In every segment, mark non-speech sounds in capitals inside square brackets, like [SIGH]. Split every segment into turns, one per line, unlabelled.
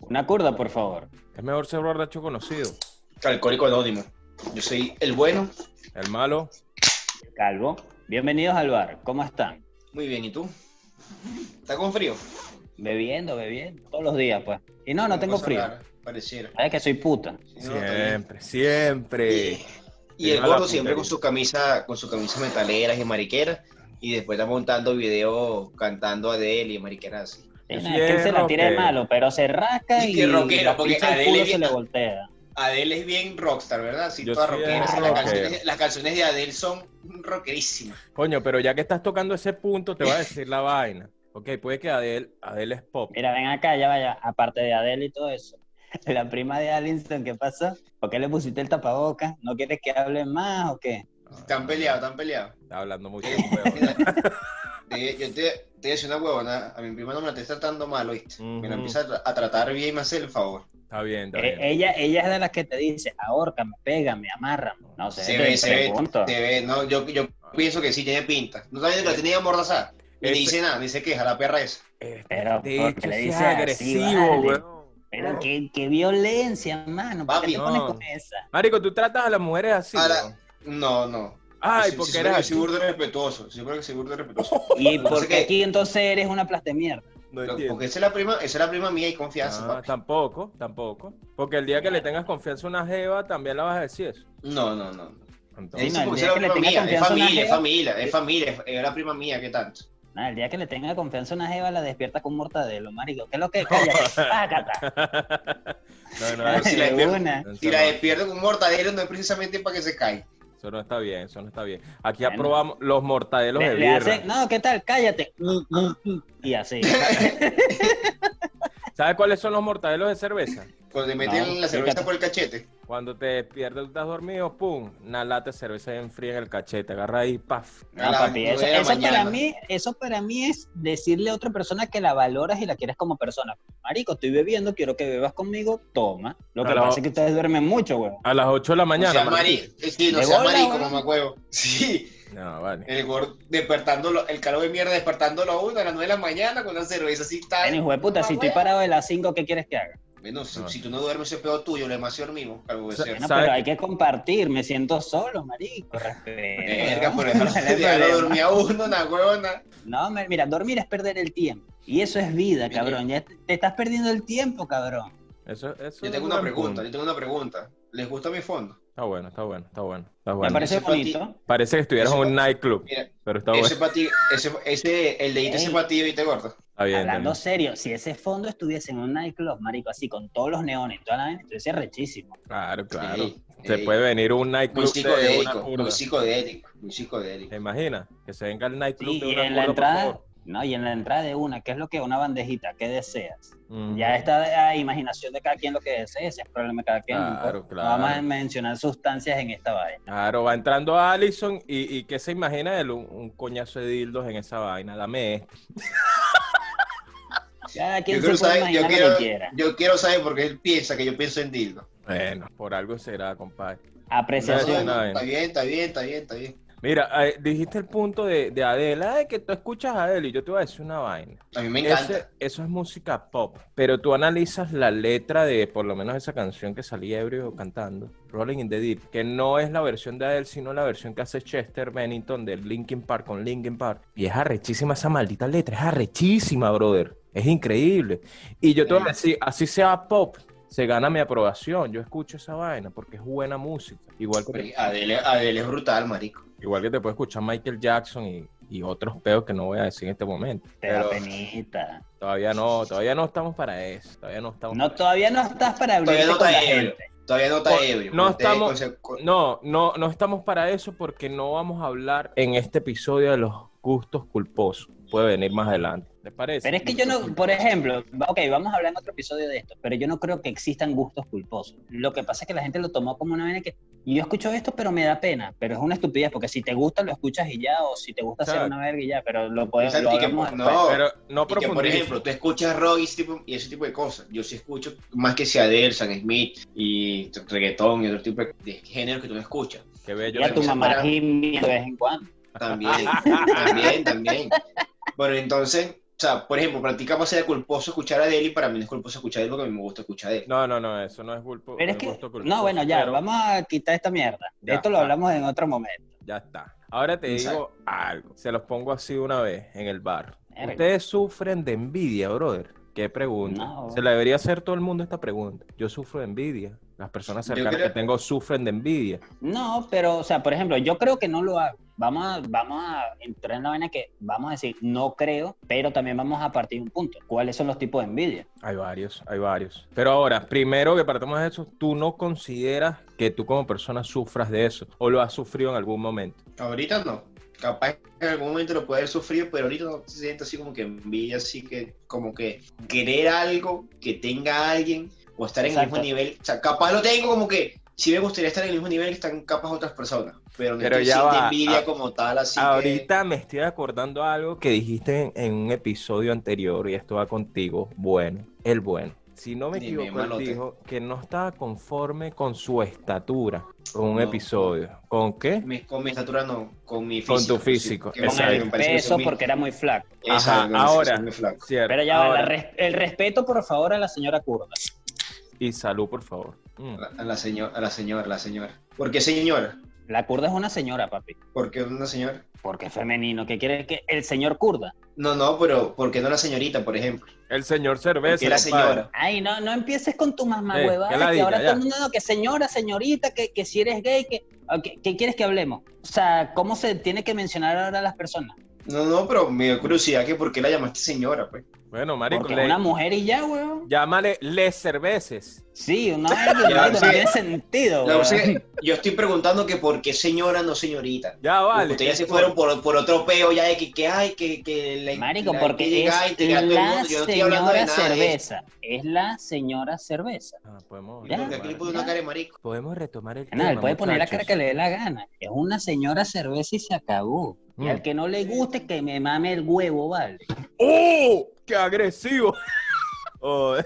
una cuerda, por favor.
Es mejor ser borracho conocido.
Calcólico anónimo. Yo soy el bueno.
El malo.
Calvo, bienvenidos al bar. ¿Cómo están?
Muy bien, ¿y tú? ¿Estás con frío?
Bebiendo, bebiendo. Todos los días, pues. Y no, no
Una
tengo
cosa
frío.
rara, Pareciera.
Sabes que soy puta.
Sí, no, está bien.
Siempre, siempre.
Y el
Viva la
gordo
puntería.
siempre con su camisa, con su camisa metaleras y mariqueras. Y después está montando videos cantando a Adele y mariqueras así.
Es
sí
que él
es
se la tira de
rockero.
malo, pero se rasca
Y
y,
que rockero,
la
porque
pincha del
Adele
culo
es
se le
bien-
voltea.
Adele es bien rockstar, ¿verdad? Sí,
Yo
toda
sí es
rockera. Las
rocker.
canciones, las canciones de Adele son rockerísimas.
Coño, pero ya que estás tocando ese punto, te voy a decir la vaina. Ok, puede que Adele, Adele es pop.
Mira, ven acá, ya vaya. Aparte de Adele y todo eso. [LAUGHS] La prima de Allinson, ¿qué pasó? ¿Por qué le pusiste el tapabocas? ¿No quieres que hable más o qué?
Están peleados, están [LAUGHS] peleados.
Está hablando mucho.
Mira,
huevón.
te- yo te, te voy a decir una huevona. A mi prima no me la estés tratando mal, ¿oíste? Me la
Ujú.
empieza a, tra- a tratar bien y me hace el favor.
Está bien, está
Eh,
bien.
ella, ella es de las que te dice, ahórcame, pégame, amárrame. No sé,
Se
te
ve, se ve,
pregunto.
Se ve, no, yo, yo pienso que sí tiene pinta. No sabía que la tenía amordazada. Y
Ese-
ni dice nada, ni se queja, la perra esa.
Este
Pero,
bicho
eh, porque le
sí es
dice así,
agresivo,
vale.
weón.
Pero qué, qué violencia, mano. ¿Por qué
Papi,
te pones
no.
con
[LAUGHS]
esa?
Marico, tú tratas a las mujeres así.
Ahora-
weón?
No, no.
Ay,
Sí,
porque
sí,
eres
sí,
así.
burdo y respetuoso. Sí, porque sí, burdo y respetuoso.
[LAUGHS] Y
Lo que pasa
porque
es que-
aquí entonces eres una plastemierda.
No
Lo-
entiendo.
Porque esa es la prima, esa es la prima mía y confianza,
Ah,
papi.
tampoco, tampoco. Porque el día que le tengas confianza a una jeva, también la vas a decir eso.
No, no, no.
Entonces,
Sí,
Esa
no, el
porque
día que
esa es
le
la prima
tenga
mía, es
confianza a una
familia, es
jeva-
familia, es familia, es- es la prima mía, ¿qué tanto?
Nada, Ah, el día que le tenga confianza a una jeva la despierta con mortadelo, marico. ¿Qué es
[LAUGHS]
lo que? Cállate, pácata.
[LAUGHS] no, no,
Pero si la
De
despierto-
una.
eso
Si la
no-
despierto con un mortadero no es precisamente para que se caiga.
Eso no está bien, eso no está bien. Aquí
Bueno.
aprobamos los mortadelos
Le,
de
le
birra.
hace, no, ¿qué tal? Cállate. Mm, Y
[LAUGHS]
así.
¿Sabes cuáles son los mortadelos de cerveza?
Cuando te
No,
meten la cerveza
fíjate.
por el cachete.
Cuando te despiertas, tú estás dormido, pum, una lata de cerveza enfría en el cachete, agarra ahí, paf.
No,
a las
papi,
nueve
eso,
de la
eso para
mañana.
mí, eso para mí es decirle a otra persona que la valoras y la quieres como persona. Marico, estoy bebiendo, quiero que bebas conmigo, toma. Lo que
Claro.
pasa es que ustedes duermen mucho, weón.
A las 8 de la
No
mañana.
seas
Martín.
marico. Sí, no
De
seas
bola,
marico,
weón.
mamá huevo. [LAUGHS] Sí,
No, vale.
el gordo despertándolo, el calor de mierda despertándolo a una a las 9 de la mañana con una cerveza así tal.
Ven, hijo de puta, si estoy parado de las 5, ¿qué quieres que haga?
Bueno, si,
No.
si tú no duermes, es peor tuyo, lo demás se dormimos, calvo de
Sa-
cerdo.
Bueno,
¿Sabes
pero
qué?
hay que compartir, me siento solo, marico.
Verga,
Respeto.
por
[LAUGHS] No,
eso
hay
ya no
problema.
dormía uno, una huevona.
No, me- mira, dormir es perder el tiempo. Y eso es vida,
Mira.
cabrón. Ya te te estás perdiendo el tiempo, cabrón.
Eso, eso
Yo
es
tengo
un
una
buen
pregunta,
punto.
yo tengo una pregunta. ¿Les gusta mi fondo?
Está bueno, está bueno, está bueno. Está
Me
bueno.
parece-
pareció
eso para ti-
bonito.
Parece que estuvieras en un nightclub,
Mira,
pero está
ese
bueno.
patillo, ese, ese, el dedito ese
Ey.
patillo y te gordo.
Está bien. está
Hablando
bien.
serio, si ese fondo estuviese en un nightclub, marico, así con todos los neones, toda la vaina, estuviese rechísimo.
Claro, claro.
Ey,
Te
ey.
puede venir un
Muy
nightclub de una
psicodélico,
curda.
muy psicodélico, muy psicodélico.
¿Te imaginas? Que se venga el nightclub
Sí,
de
y
una
en la
curda, por
entrada,
favor.
no, y en la entrada de una, ¿qué es lo que? Una bandejita, ¿qué deseas?
Mm.
Ya está a imaginación de cada quien lo que desee, ese es problema de cada quien. no
Claro,
importa.
claro.
No vamos a mencionar sustancias en esta vaina.
Claro, va entrando Allison y, y ¿qué se imagina él? Un, un coñazo de dildos en esa vaina. Dame este.
Cada
Yo
quien
quiero,
se puede
saber, yo,
imaginar lo que
quiero,
quiera.
yo quiero saber por qué él piensa que yo pienso en dildo.
Bueno, por algo será, compadre.
No,
Apreciación.
no,
no,
no.
Está bien, está bien, está bien, está bien.
Mira, eh, dijiste el punto de, de Adela, de que tú escuchas a Adele y yo te voy a decir una vaina.
A mí me
Ese-
encanta.
eso es música pop, pero tú analizas la letra de por lo menos esa canción que salía ebrio cantando, Rolling in the Deep, que no es la versión de Adele, sino la versión que hace Chester Bennington de Linkin Park con Linkin Park. Y es arrechísima esa maldita letra, es arrechísima, brother. Es increíble. Y yo te voy a decir, así sea pop, se gana mi aprobación. Yo escucho esa vaina porque es buena música. Igual que
Pero Adele, Adele es brutal, marico.
Igual que te puede escuchar Michael Jackson y, y otros peos que no voy a decir en este momento.
Te da
Pero-
penita.
Todavía no, todavía no estamos para eso. Todavía no estamos.
No, todavía no estás para abrirte
Todavía no
con la
está ebrio.
gente.
Todavía no está
Con-
ebrio.
no
Ustedes
estamos-
con se- con-
no, no, no estamos para eso porque no vamos a hablar en este episodio de los gustos culposos. Puede venir más adelante. ¿Te parece?
Pero es que yo no, por ejemplo, ok, vamos a hablar en otro episodio de esto, pero yo no creo que existan gustos culposos. Lo que pasa es que la gente lo tomó como una vaina que, y yo escucho esto, pero me da pena, pero es una estupidez, porque si te gusta, lo escuchas y ya, o si te gusta hacer
Exacto.
una verga y ya, pero lo podemos,
Exacto,
lo
y que-
hablamos
no,
después.
Pero no
y que, por
profundices.
ejemplo, tú escuchas rock y ese, tipo, y ese tipo de cosas. Yo sí escucho más que sea Adele, San Smith y reggaetón y otro tipo de- de géneros que tú no escuchas.
Qué bello.
Y a tu
Pero-
mamá gimia de vez en cuando.
[LAUGHS]
También, también, también. Bueno, entonces, o sea, por ejemplo, para ti capaz sea culposo escuchar a Adele y para mí no es culposo escuchar a Adele porque a mí me gusta escuchar a Adele.
No, no, no, eso no es culpo.
Pero es
no
que-
gusto culposo,
No, bueno, ya,
pero
vamos a quitar esta mierda.
Ya,
Esto lo
ya.
hablamos en otro momento.
Ya está. Ahora te
Exacto.
digo algo. Se los pongo así una vez en el bar.
Verga.
Ustedes sufren de envidia, brother. ¿Qué pregunta?
No.
Se la debería hacer todo el mundo esta pregunta. Yo sufro de envidia. Las personas
Yo
cercanas
creo-
que tengo sufren de envidia.
No, pero, o sea, por ejemplo, yo creo que no lo hago. Vamos a, vamos a entrar en la vaina que vamos a decir, no creo, pero también vamos a partir de un punto. ¿Cuáles son los tipos de envidia?
Hay varios, hay varios. Pero ahora, primero que partamos de eso, tú no consideras que tú como persona sufras de eso o lo has sufrido en algún momento.
Ahorita no. Capaz que en algún momento lo puede haber sufrido, pero ahorita no se siente así como que envidia, así que como que querer algo que tenga alguien o estar en
Exacto.
el mismo nivel. O sea, capaz lo tengo como que sí me gustaría estar en el mismo nivel que están capaz otras personas, pero no
Pero
estoy
ya
sintiendo
va.
envidia
Ah,
como tal, así que-
eh,
Ahorita me estoy acordando algo que dijiste en, en un episodio anterior y esto va contigo. Bueno, el bueno. Si no me
Dime,
equivoco, él
malote.
dijo que no estaba conforme con su estatura con un
No.
episodio. ¿Con qué?
mi- con mi estatura no, con mi físico.
Con tu físico,
que
Con
me-
exacto.
el
me parece que soy
peso
muy-
porque era muy flaco.
Ajá,
Exacto, me parece que
ahora.
soy muy flaco.
Cierto.
Pero ya va,
Ahora,
la res- el respeto, por favor, a la señora Curva.
Y salud, por favor. Mm.
A la señora, a la señora, a la señora. ¿Por qué señora?
La Curda es una señora, papi.
¿Por qué una señora?
Porque es femenino. ¿Qué quiere que el señor Curda?
No, no, pero ¿por qué no la señorita, por ejemplo?
El señor
¿Por
cerveza.
qué la
compadre.
señora?
Ay, no, no empieces con tu mamá
Eh,
huevada,
ya la
que
diga,
ahora
ya.
todo el mundo, no, que señora, señorita, que, que si eres gay, que, ah, que, que quieres que hablemos. O sea, ¿cómo se tiene que mencionar ahora a las personas?
No, no, pero me dio curiosidad que por qué la llamaste señora, pues.
Bueno, marico,
Porque
le-
una mujer y ya, weón.
llámale les cerveces.
Sí, una vaina
[LAUGHS]
que marico, no
sí.
tiene sentido,
La
weón.
[LAUGHS]
verdad es que yo estoy preguntando que por qué señora, no señorita.
Ya vale.
Ustedes
¿qué
se
tú-
fueron por, por otro peo ya de que, que hay, que, que la
Marico,
la- que
porque
llega y
es
te llega todo el
la
mundo. Yo no estoy hablando de
señora
nada de eso.
cerveza. Es la señora cerveza.
Ah, podemos,
Ya.
Porque aquí le puse
retomar,
una cara de marico.
podemos retomar el
Nada, él
tema,
puede poner la cara
muchachos.
que le dé la gana. Es una señora cerveza y se acabó. Y
Mm.
al que no le guste, que me mame el huevo, vale.
¡Oh! ¡Qué [LAUGHS] agresivo! Oh.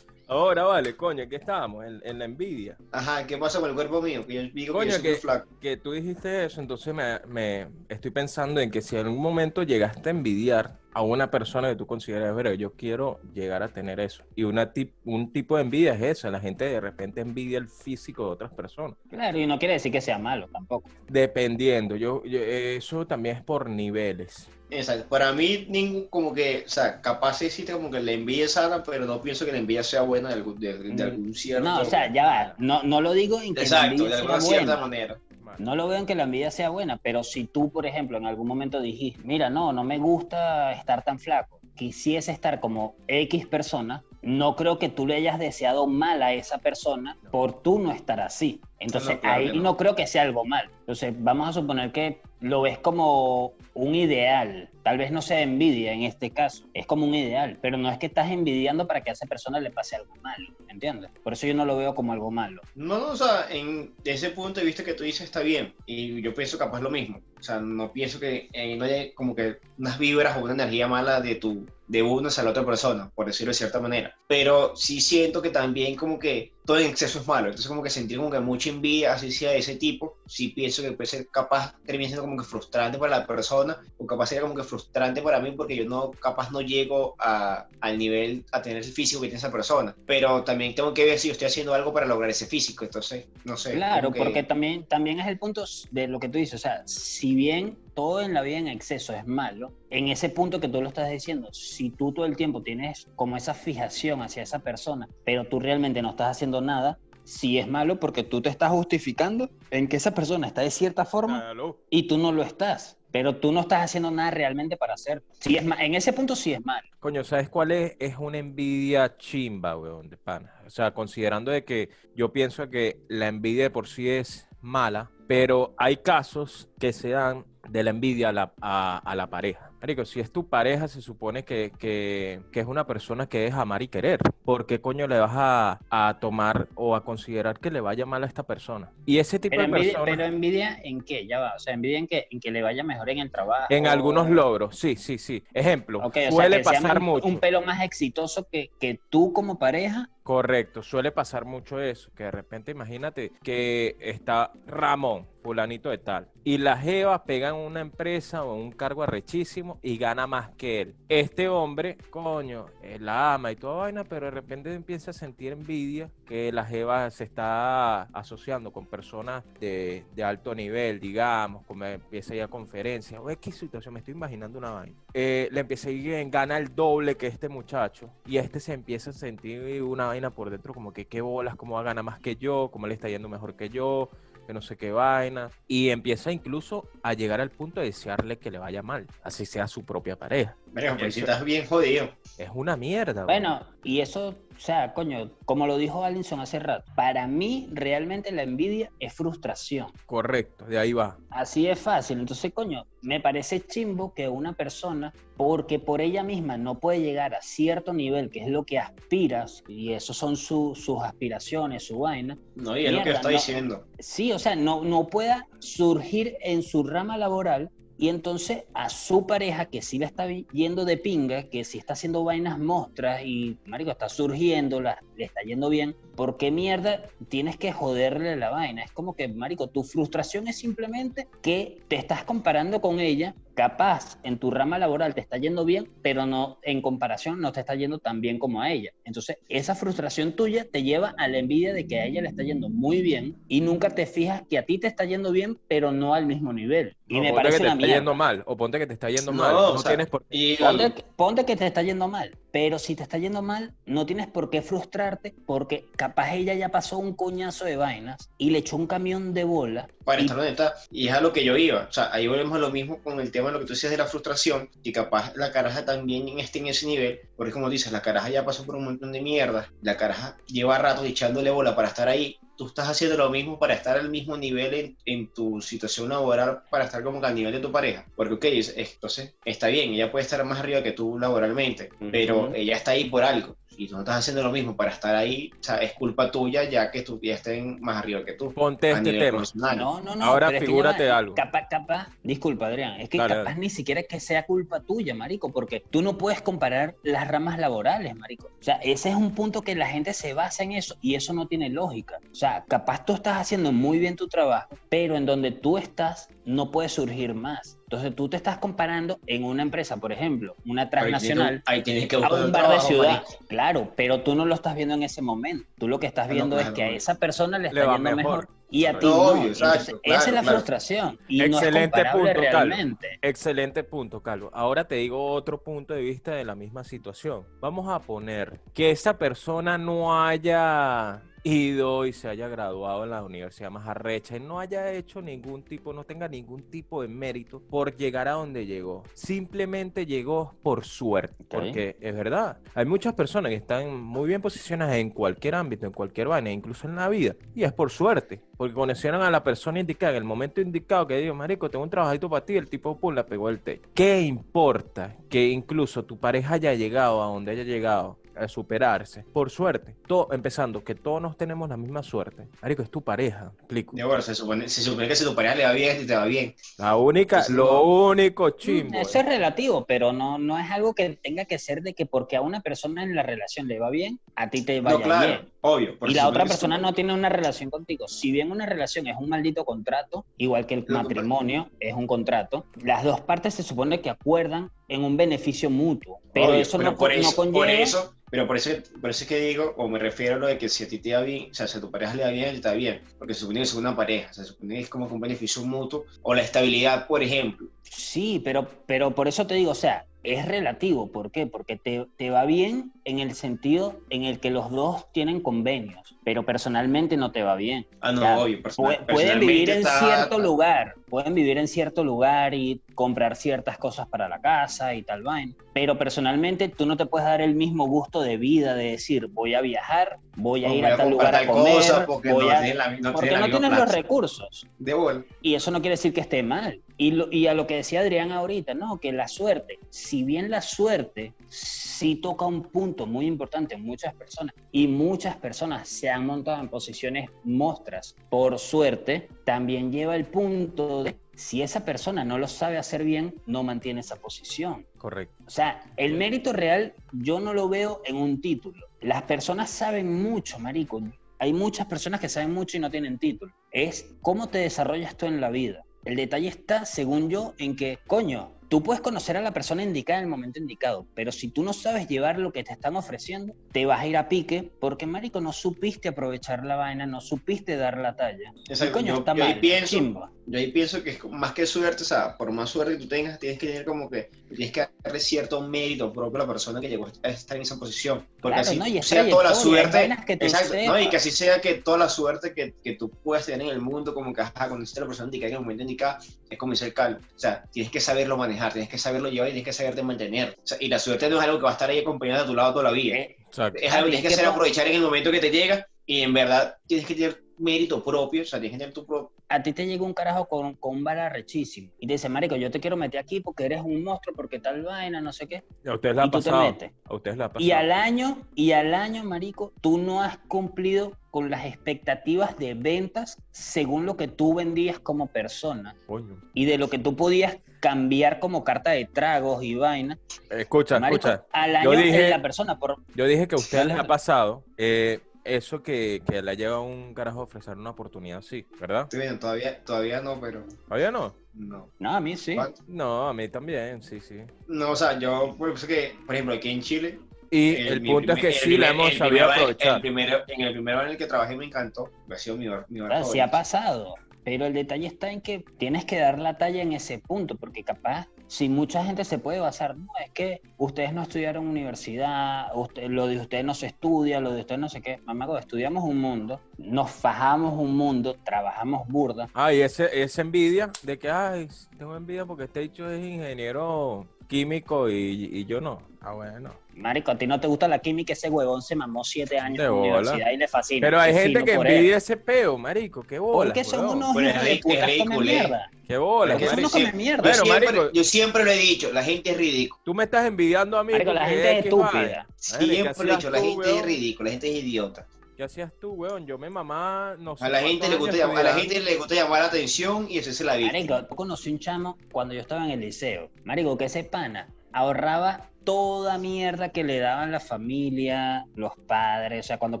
Ahora vale, coño, ¿en qué estábamos? En, en la envidia.
Ajá, ¿qué pasa con el cuerpo mío? Que yo digo
Coño,
que yo soy muy
que-
flaco.
Que tú dijiste eso, entonces me, me- estoy pensando en que si en algún momento llegaste a envidiar a una persona que tú consideras, pero yo quiero llegar a tener eso. Y una tip- un tipo de envidia es esa, la gente de repente envidia el físico de otras personas.
Claro, y no quiere decir que sea malo tampoco.
Dependiendo, yo, yo- eso también es por niveles.
Exacto. Para mí, ningún, como que, o sea, capaz existe como que la envidia es sana, pero no pienso que la envidia sea buena de algún, de, de algún cierto.
Mm, No, o sea, ya va. No, no lo digo en que la
Exacto, de
envidia
alguna
sea
cierta
buena.
manera.
No lo veo en que la envidia sea buena, pero si tú, por ejemplo, en algún momento dijiste, mira, no, no me gusta estar tan flaco, quisiese estar como X persona, no creo que tú le hayas deseado mal a esa persona por tú no estar así. Entonces
No, claro
ahí
que
no.
no.
creo que sea algo mal. Entonces vamos a suponer que lo ves como un ideal. Tal vez no sea envidia en este caso, es como un ideal, pero no es que estás envidiando para que a esa persona le pase algo malo, ¿entiendes? Por eso yo no lo veo como algo malo.
No, no, o sea, en de ese punto de vista que tú dices está bien. Y yo pienso capaz lo mismo. O sea, no pienso que eh, no haya como que unas vibras o una energía mala de tu, de uno hacia la otra persona, por decirlo de cierta manera. Pero sí siento que también como que todo en exceso es malo. Entonces como que sentir como que mucha envidia, así sea de ese tipo, sí pienso que puede ser capaz, termina siendo como que frustrante para la persona, o capaz sería como que frustrante para mí porque yo no, capaz no llego a, al nivel, a tener el físico que tiene esa persona. Pero también tengo que ver si yo estoy haciendo algo para lograr ese físico, entonces, no sé.
Claro,
como que-
porque también, también es el punto de lo que tú dices. O sea, si bien todo en la vida en exceso es malo, en ese punto que tú lo estás diciendo, si tú todo el tiempo tienes como esa fijación hacia esa persona, pero tú realmente no estás haciendo nada, sí es malo porque tú te estás justificando en que esa persona está de cierta forma
Salud.
y tú no lo estás. Pero tú no estás haciendo nada realmente para hacer. Sí es ma- en ese punto sí es malo.
Coño, ¿sabes cuál es? Es una envidia chimba, weón, de pana. O sea, considerando de que yo pienso que la envidia de por sí es mala, pero hay casos que se dan de la envidia a la, a- a la pareja. Marico, si es tu pareja, se supone que, que- que es una persona que es amar y querer. ¿Por qué coño le vas a, a tomar o a considerar que le vaya mal a esta persona? Y ese tipo
Pero
de
envidia,
personas...
pero envidia en qué, ya va. O sea, envidia en que, en que le vaya mejor en el trabajo.
En algunos logros, sí, sí, sí. Ejemplo,
Ok, o sea,
suele
que sea
pasar
un-
mucho.
Un pelo más exitoso que, que tú como pareja.
Correcto, suele pasar mucho eso, que de repente imagínate que está Ramón, Simón, fulanito de tal. Y la Jeva pega en una empresa o en un cargo arrechísimo y gana más que él. Este hombre, coño, él la ama y toda vaina, pero de repente empieza a sentir envidia que la Jeva se está asociando con personas de, de alto nivel, digamos, como empieza a ir a conferencias. Oye, qué situación, me estoy imaginando una vaina. Eh, le empieza a ir bien, gana el doble que este muchacho y este se empieza a sentir una vaina por dentro, como que qué bolas, cómo va a ganar más que yo, cómo le está yendo mejor que yo, que no sé qué vaina. Y empieza incluso a llegar al punto de desearle que le vaya mal, así sea su propia pareja.
Verga, pues
Eso-
si estás bien jodido.
Es una mierda. güey.
Bueno, y eso, o sea, coño, como lo dijo Allinson hace rato, para mí realmente la envidia es frustración.
Correcto, de ahí va.
Así es fácil. Entonces, coño, me parece chimbo que una persona, porque por ella misma no puede llegar a cierto nivel, que es lo que aspiras, y eso son su- sus aspiraciones, su vaina,
No, y es lo que
Mierda,
está
no.
diciendo.
sí, o sea, no, no pueda surgir en su rama laboral y entonces a su pareja que sí la está vi- yendo de pinga, que sí está haciendo vainas mostras y, marico, está surgiendo, la- le está yendo bien, ¿por qué mierda tienes que joderle la vaina? Es como que, marico, tu frustración es simplemente que te estás comparando con ella, capaz en tu rama laboral te está yendo bien, pero no en comparación no te está yendo tan bien como a ella. Entonces, esa frustración tuya te lleva a la envidia de que a ella le está yendo muy bien y nunca te fijas que a ti te está yendo bien, pero no al mismo nivel. Y
O
me
ponte
parece
que te
una
está
mierda.
yendo mal, o ponte que te está yendo
No,
mal. No
o sea,
tienes por qué
Y
Ponte, que- ponte que te está yendo mal, pero si te está yendo mal, no tienes por qué frustrarte porque capaz ella ya pasó un coñazo de vainas y le echó un camión de bola.
para
y-
estar donde está. Y es a lo que yo iba. O sea, ahí volvemos a lo mismo con el tema de lo que tú decías de la frustración. Y capaz la caraja también en este en ese nivel. Porque como dices, la caraja ya pasó por un montón de mierda. La caraja lleva rato echándole bola para estar ahí. Tú estás haciendo lo mismo para estar al mismo nivel en, en tu situación laboral, para estar como que al nivel de tu pareja. Porque, ok, es- es- entonces está bien, ella puede estar más arriba que tú laboralmente, pero
Ujú.
ella está ahí por algo. Y tú no estás haciendo lo mismo para estar ahí, o sea, es culpa tuya ya que tú ya estén más arriba que tú.
Ponte
a
este
nivel
tema.
profesional.
No, no, no.
Ahora
pero es que ya
figúrate
va,
algo.
Capaz, capaz, disculpa Adrián, es que
Dale,
capaz ni siquiera es que sea culpa tuya, Marico, porque tú no puedes comparar las ramas laborales, Marico. O sea, ese es un punto que la gente se basa en eso y eso no tiene lógica. O sea, capaz tú estás haciendo muy bien tu trabajo, pero en donde tú estás no puede surgir más. Entonces tú te estás comparando en una empresa, por ejemplo, una transnacional.
Ahí tienes que
A
buscar
un bar de ciudad, claro, pero tú no lo estás viendo en ese momento. Tú lo que estás
No,
viendo es
claro,
que a
no.
esa persona le
Le
está
va
yendo mejor.
mejor.
y a ti
Obvio,
no.
exacto,
Entonces,
claro,
esa es la
claro.
frustración y no es
Excelente
comparable
punto, Carlos.
realmente.
Excelente punto, Calvo. Ahora te digo otro punto de vista de la misma situación. Vamos a poner que esa persona no haya ido y se haya graduado en la universidad más arrecha y no haya hecho ningún tipo, no tenga ningún tipo de mérito por llegar a donde llegó. Simplemente llegó por suerte,
Ok.
porque Eh, es verdad. Hay muchas personas que están muy bien posicionadas en cualquier ámbito, en cualquier vaina, incluso en la vida, y es por suerte, porque conocieron a la persona indicada en el momento indicado que dijo, marico, tengo un trabajito para ti, el tipo pum, la pegó el té. ¿Qué importa que incluso tu pareja haya llegado a donde haya llegado? a superarse, por suerte, todo, empezando que todos nos tenemos la misma suerte. Marico, es tu pareja, explico.
Ya, bueno, se supone, se supone que si tu pareja le va bien, este te va bien.
La única,
Entonces,
lo
no.
único chimbo. eh.
Eso es relativo, pero no, no es algo que tenga que ser de que porque a una persona en la relación le va bien, a ti te vaya
no, claro,
bien.
obvio. porque
Y
se
la
supone
otra
que si tu-
persona no tiene una relación contigo. Si bien una relación es un maldito contrato, igual que el
que pasa-
matrimonio es un contrato, las dos partes se supone que acuerdan en un beneficio mutuo. Pero
Obvio,
eso no,
por
co- no
eso,
conlleva.
por eso, pero por eso, por eso es que digo, o me refiero a lo de que si a ti te va bien, o sea, si a tu pareja le va bien, él está bien, porque se supone que es una pareja, o sea, se supone que es como que un beneficio mutuo, o la estabilidad, por ejemplo.
Sí, pero, pero por eso te digo, o sea, es relativo. ¿Por qué? Porque te, te va bien en el sentido en el que los dos tienen convenios, pero personalmente no te va bien.
Ah, no,
Ya,
obvio,
Pu-
personal-
pueden
personalmente
vivir en
está-
cierto lugar, pueden vivir en cierto lugar y comprar ciertas cosas para la casa y tal vaina, pero personalmente tú no te puedes dar el mismo gusto de vida de decir, voy a viajar, voy a
o
ir
voy
a tal lugar
comprar
a
tal
comer,
cosa, porque
voy
no
a-
tienen la, no
porque
tienen la
no
misma
tienes los
plata.
recursos.
De bola.
Y eso no quiere decir que esté mal. Y, lo- y a lo que decía Adrián ahorita, no, que la suerte, si bien la suerte sí toca un punto muy importante en muchas personas, y muchas personas se han montado en posiciones mostras por suerte, también lleva el punto de si esa persona no lo sabe hacer bien, no mantiene esa posición.
Correcto.
O sea, el mérito real yo no lo veo en un título. Las personas saben mucho, marico. hay muchas personas que saben mucho y no tienen título. Es cómo te desarrollas tú en la vida. El detalle está, según yo, en que, coño, tú puedes conocer a la persona indicada en el momento indicado, pero si tú no sabes llevar lo que te están ofreciendo, te vas a ir a pique porque, marico, no supiste aprovechar la vaina, no supiste dar la talla.
Exacto,
Y, coño,
yo-
está
yo ahí
mal,
pienso-
chimba.
Yo ahí pienso que es como- más que suerte, o sea, por más suerte que tú tengas, tienes que tener como que, tienes que darle cierto mérito propio a la persona que llegó a estar en esa posición. Porque
Claro,
así
¿no? Y es
sea toda
trayectoria,
la
hay
suerte,
vainas que te
exacto, ¿no?
sepan.
y que así sea que toda la suerte que, que tú puedas tener en el mundo, como que ajá, cuando esté la persona indicada en el momento indicado, es como dice el calvo. O sea, tienes que saberlo manejar, tienes que saberlo llevar y tienes que saberte mantener. O sea, y la suerte no es algo que va a estar ahí acompañada a tu lado toda la vida.
Eh,
Exacto.
Es
Claro, y es
algo que tienes que
que
hacer
pa-
aprovechar en el momento que te llega y en verdad tienes que tener mérito propio, o sea, tienes que tener tu propio.
a ti te llega un carajo con, con un vara rechísimo y te dice, marico, yo te quiero meter aquí porque eres un monstruo, porque tal vaina, no sé qué.
A ustedes la
y
ha
tú te
pasado.
metes.
A ustedes la ha pasado.
Y al año, y al año, marico, tú no has cumplido con las expectativas de ventas según lo que tú vendías como persona
Coño.
y de lo que tú podías cambiar como carta de tragos y vaina.
Escucha,
Marico,
escucha.
al
yo
año eh,
dije-
la persona por
Yo dije que a ustedes les ha
Claro.
pasado eh, eso que, que le ha llegado un carajo a ofrecer una oportunidad así, ¿verdad?
Estoy bien, todavía, todavía no, pero
¿Todavía no?
no.
no, a mí sí.
Vale.
No, a mí también, sí, sí.
No, o sea, yo pues que, por ejemplo, aquí en Chile.
Y
el-
el
mi
punto es
primer-
que
el
sí la
primer-
hemos
el
sabido
primer-
aprovechar.
El primero, en el primero en el que trabajé me encantó, ha sido mi bar, mi bar
Claro, sí ha
favorito.
pasado, pero el detalle está en que tienes que dar la talla en ese punto, porque capaz, si mucha gente se puede basar, no, es que ustedes no estudiaron universidad, usted- lo de ustedes no se estudia, lo de ustedes no sé qué, mamá, estudiamos un mundo, nos fajamos un mundo, trabajamos burda,
Ah, y ese, esa envidia de que, ay, tengo envidia porque este hecho es ingeniero químico y, y yo no. Ah, bueno.
marico, a ti no te gusta la química, ese huevón se mamó siete años
De
en la
bola.
universidad y le fascina.
Pero hay
sí,
gente
no
que
por él.
envidia ese peo, marico. Qué bola.
Porque son
weón.
unos
Pero es
hijos de
rico, es
putas come
ridículo, ¿eh?
mierda.
Qué bola,
Porque son
marico.
unos
sí.
come mierda.
Yo
Bueno,
siempre,
marico.
yo siempre lo he dicho, la gente es ridícula.
Tú me estás envidiando a mí.
Marico, la
porque
gente es
X, vale.
estúpida.
Madre, ¿qué
Siempre lo he
hacías
dicho, la
tú,
gente es
weón?
ridícula, la gente es idiota.
¿Qué hacías tú, weón? Yo me mamá, no sé.
A la gente
cuántos
le gusta
años
llamar, a la
estudiando.
gente le gusta llamar la atención y hacerse la víctima.
Marico, yo conocí un chamo cuando yo estaba en el liceo. Marico, que ese pana ahorraba toda mierda que le daban la familia, los padres, o sea, cuando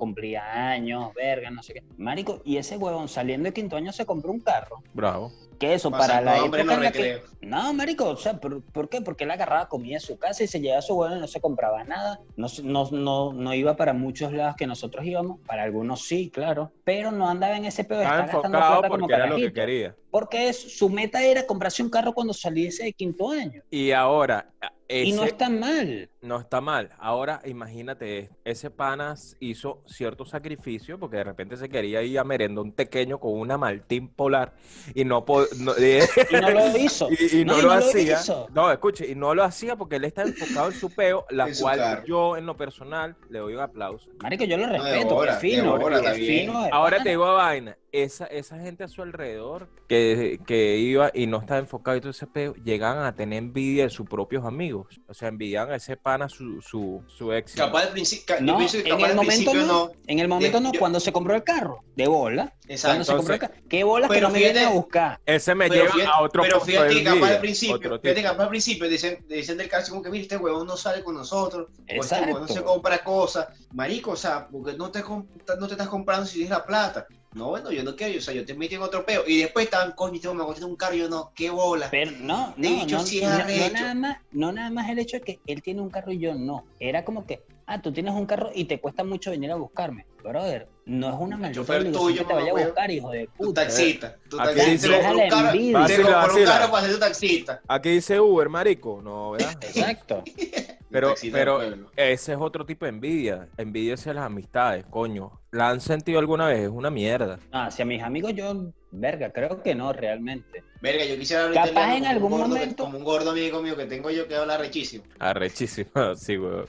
cumplía años, verga, no sé qué. Marico, y ese huevón saliendo de quinto año se compró un carro.
Bravo.
Que eso,
Pasa
para la época
hambre en los
en la que-
recreos.
No, marico, o sea, ¿por, por qué? Porque él agarraba comida de su casa y se llevaba a su huevón y no se compraba nada. No, se- no, no, no iba para muchos lados que nosotros íbamos, para algunos sí, claro, pero no andaba en ese pedo de
Estaba
estar gastando
enfocado
plata como
porque era lo que
carajito.
quería.
Porque es- su meta era comprarse un carro cuando saliese de quinto año.
Y ahora, a- ese
Y
no
no
está...
está mal.
mal. Ahora, imagínate, esto. ese panas hizo cierto sacrificio porque de repente se quería ir a merendón pequeño con una Martín Polar y no, po- no-
[LAUGHS] Y no lo hizo.
[LAUGHS] y, y no,
y
lo hacía.
hizo.
No, escuche, y no lo hacía porque él está enfocado en su peo, la
En su
cual
carro.
yo en lo personal le doy un aplauso.
Marico, yo lo
No, de
respeto.
bola,
es fino.
de bola,
es
está bien.
fino, es
Ahora
pana.
te digo a vaina, esa, esa gente a su alrededor que, que iba y no estaba enfocado y todo ese pedo, llegaban a tener envidia de sus propios amigos. O sea, envidiaban a ese pana su, su, su éxito.
Capaz al principio,
No, en el momento no. En el momento no,
yo-
cuando se compró el carro. De bola. Cuando
Exacto.
se compró el carro. ¿Qué bolas que
Pero
no me vienen a
fíjate-
buscar?
Ese me
Pero
lleva
fíjate-
a otro
pero
punto de
fíjate que capaz
envidia,
al principio,
otro
fíjate que
tipo.
capaz al principio dicen, dicen del caso como que mira, este huevón no sale con nosotros, o este huevón no se
Exacto.
compra cosas, marico, o sea, porque no te, comp- no te estás comprando si tienes la plata. No, bueno, yo no quiero, o sea, yo te metí en otro peo. Y después estaban, coño, este huevón me costó un carro, yo no, qué bola.
Pero no,
De
no,
hecho,
no,
sí es
no, no
arrecho.
nada más, no nada más el hecho de que él tiene un carro y yo no. Era como que, ah, tú tienes un carro y te cuesta mucho venir a buscarme. Brother, no es una maldita
chofer
obligación
tuyo,
que te vaya
mamá,
a buscar, hijo de
Tu
puta. eh.
taxista, tu
Aquí
taxista.
dice-
Te compró un
Déjala
carro,
en
vida.
te compró un
Vacila,
carro
vacila.
para ser tu taxista.
Aquí dice Uber, marico. No, ¿verdad?
[LAUGHS] Exacto.
Pero,
El taxista del
pero
pueblo.
ese es otro tipo de envidia. Envidia hacia las amistades, coño. ¿La han sentido alguna vez? Es una mierda.
No, hacia mis amigos yo, verga, creo que no realmente.
Verga, yo quisiera ahorita
Capaz
hablar
en
como un
algún
gordo que-
momento-
como un gordo amigo mío que tengo yo que habla rechísimo.
Arrechísima, [LAUGHS] sí, weón.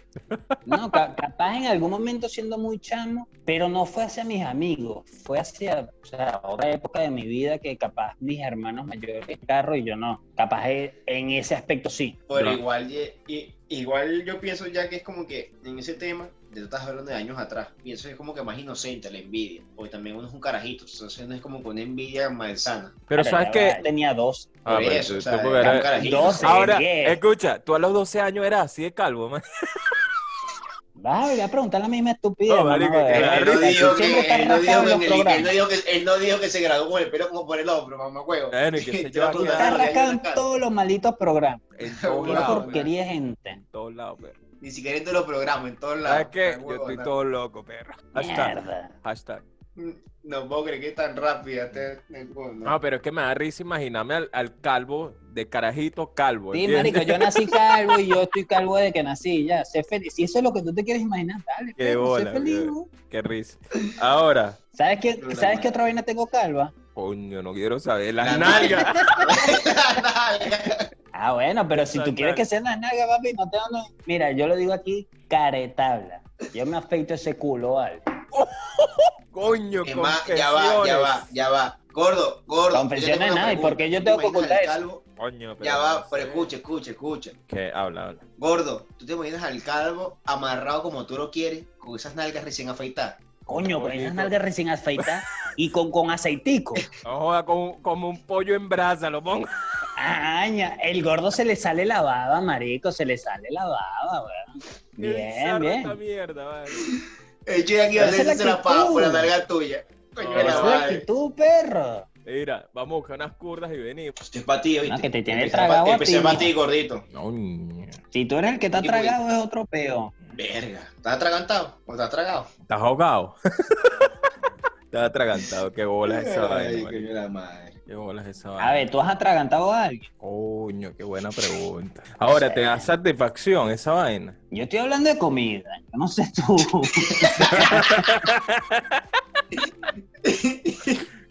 No, ca- capaz en algún momento siendo muy chamo, pero no fue hacia mis amigos, fue hacia o sea, otra época de mi vida que capaz mis hermanos mayores carro y yo no. Capaz eh, en ese aspecto sí.
Pero
No.
igual, ye- i- igual yo pienso ya que es como que en ese tema, ya estás hablando de años atrás, pienso que es como que más inocente la envidia, porque también uno es un carajito, entonces no es como que una envidia malsana.
Pero sabes
ya
que
va, Tenía dos.
Por
Ah, pero
eso,
tú-
o sea,
tú porque
era un
eres-
carajito.
Dos.
o sea,
Ahora,
Diez.
escucha, tú a los 12 años eras así de calvo, man.
Vas a volver a preguntar la misma estupidez.
No,
mamá,
marico,
de
que
Él
la
verdad.
no
risa,
dijo
tú siempre
que-
estás
él no dijo
rascado
que
en los
en el- él no
programas.
dijo que- él no dijo que se graduó con el pelo como por el hombro, mamá huevo.
[LAUGHS] Bueno, y qué sé
Te
yo,
va a
aquí
preguntar
Estás
dando-
la-
rascado en todos los malditos programas.
En todos
Por
Qué
Claro,
lados.
porquería de gente.
En todos lados, perro.
Ni siquiera en todos los programas, en todos lados.
¿Sabes qué?
Mamá
Yo
huevo,
estoy
no.
todo loco, perro. Hashtag.
Mierda.
Hashtag.
Mm, No puedo creer que es tan rápida. este- no, no.
No, pero es que me da risa imaginarme al, al calvo, de carajito calvo.
Sí,
¿entiendes?
marico, yo nací calvo y yo estoy calvo desde que nací, ya. Sé feliz. Si eso es lo que tú te quieres imaginar, dale.
Qué
perro,
bola,
sé feliz,
bro.
¿no?
[LAUGHS] Qué risa. Ahora,
¿Sabes qué,
Puta
¿sabes
madre.
qué otra vaina tengo calva?
coño, no quiero saber. Las
La
nalgas. pues.
[LAUGHS]
Ah, bueno, pero si tú quieres que sean las nalgas, papi, no te ando- Mira, yo lo digo aquí, caretabla. Yo me afeito ese culo, ¿vale?
[LAUGHS] Coño,
Es más, ya va, ya va, ya va. Gordo, gordo.
Confesiones
yo tengo una
nada, ¿y por qué yo tengo
pregunta.
que
¿Tú te
ocultar
imaginas al calvo?
Coño, pero
Ya
no
va, pero
sé.
escucha, escucha, escucha.
¿Qué? Habla, habla.
Gordo, ¿tú te imaginas al calvo amarrado como tú lo quieres, con esas nalgas recién afeitadas?
Coño, con
Bonito.
esas nalgas recién afeitadas y con, con aceitico.
No joda, como, como un pollo en brasa, lo pongo. [LAUGHS]
Aña, el gordo se le sale la baba, marico, se le sale la baba, weón.
Qué
Bien,
bizarro esta
bien.
mierda, vale.
El chico aquí va a
Pero esa es la
hacerse la paja por la
actitud.
nalga tuya. Coño,
Esa
Pero
la
es
esa
la
madre.
actitud, perro.
Mira, vamos a buscar unas curdas y venimos.
Esto es para ti, ¿viste?
No, que te tiene
Empecé
tragado
pa-
a
Empecé
ti,
para
¿no?
ti, gordito.
Si tú eres el que está
Yo voy.
tragado, es otro peo.
Verga. ¿Estás atragantado? ¿O estás tragado?
Estás ahogado. [LAUGHS] Estás atragantado. Qué bola esa vaina,
Ay,
marico.
coño, la madre.
Qué bola esa vaina.
A ver, ¿tú has atragantado a alguien?
Coño, qué buena pregunta. Ahora, ¿te da satisfacción esa vaina?
Yo estoy hablando de comida, yo no sé
[LAUGHS]
tú.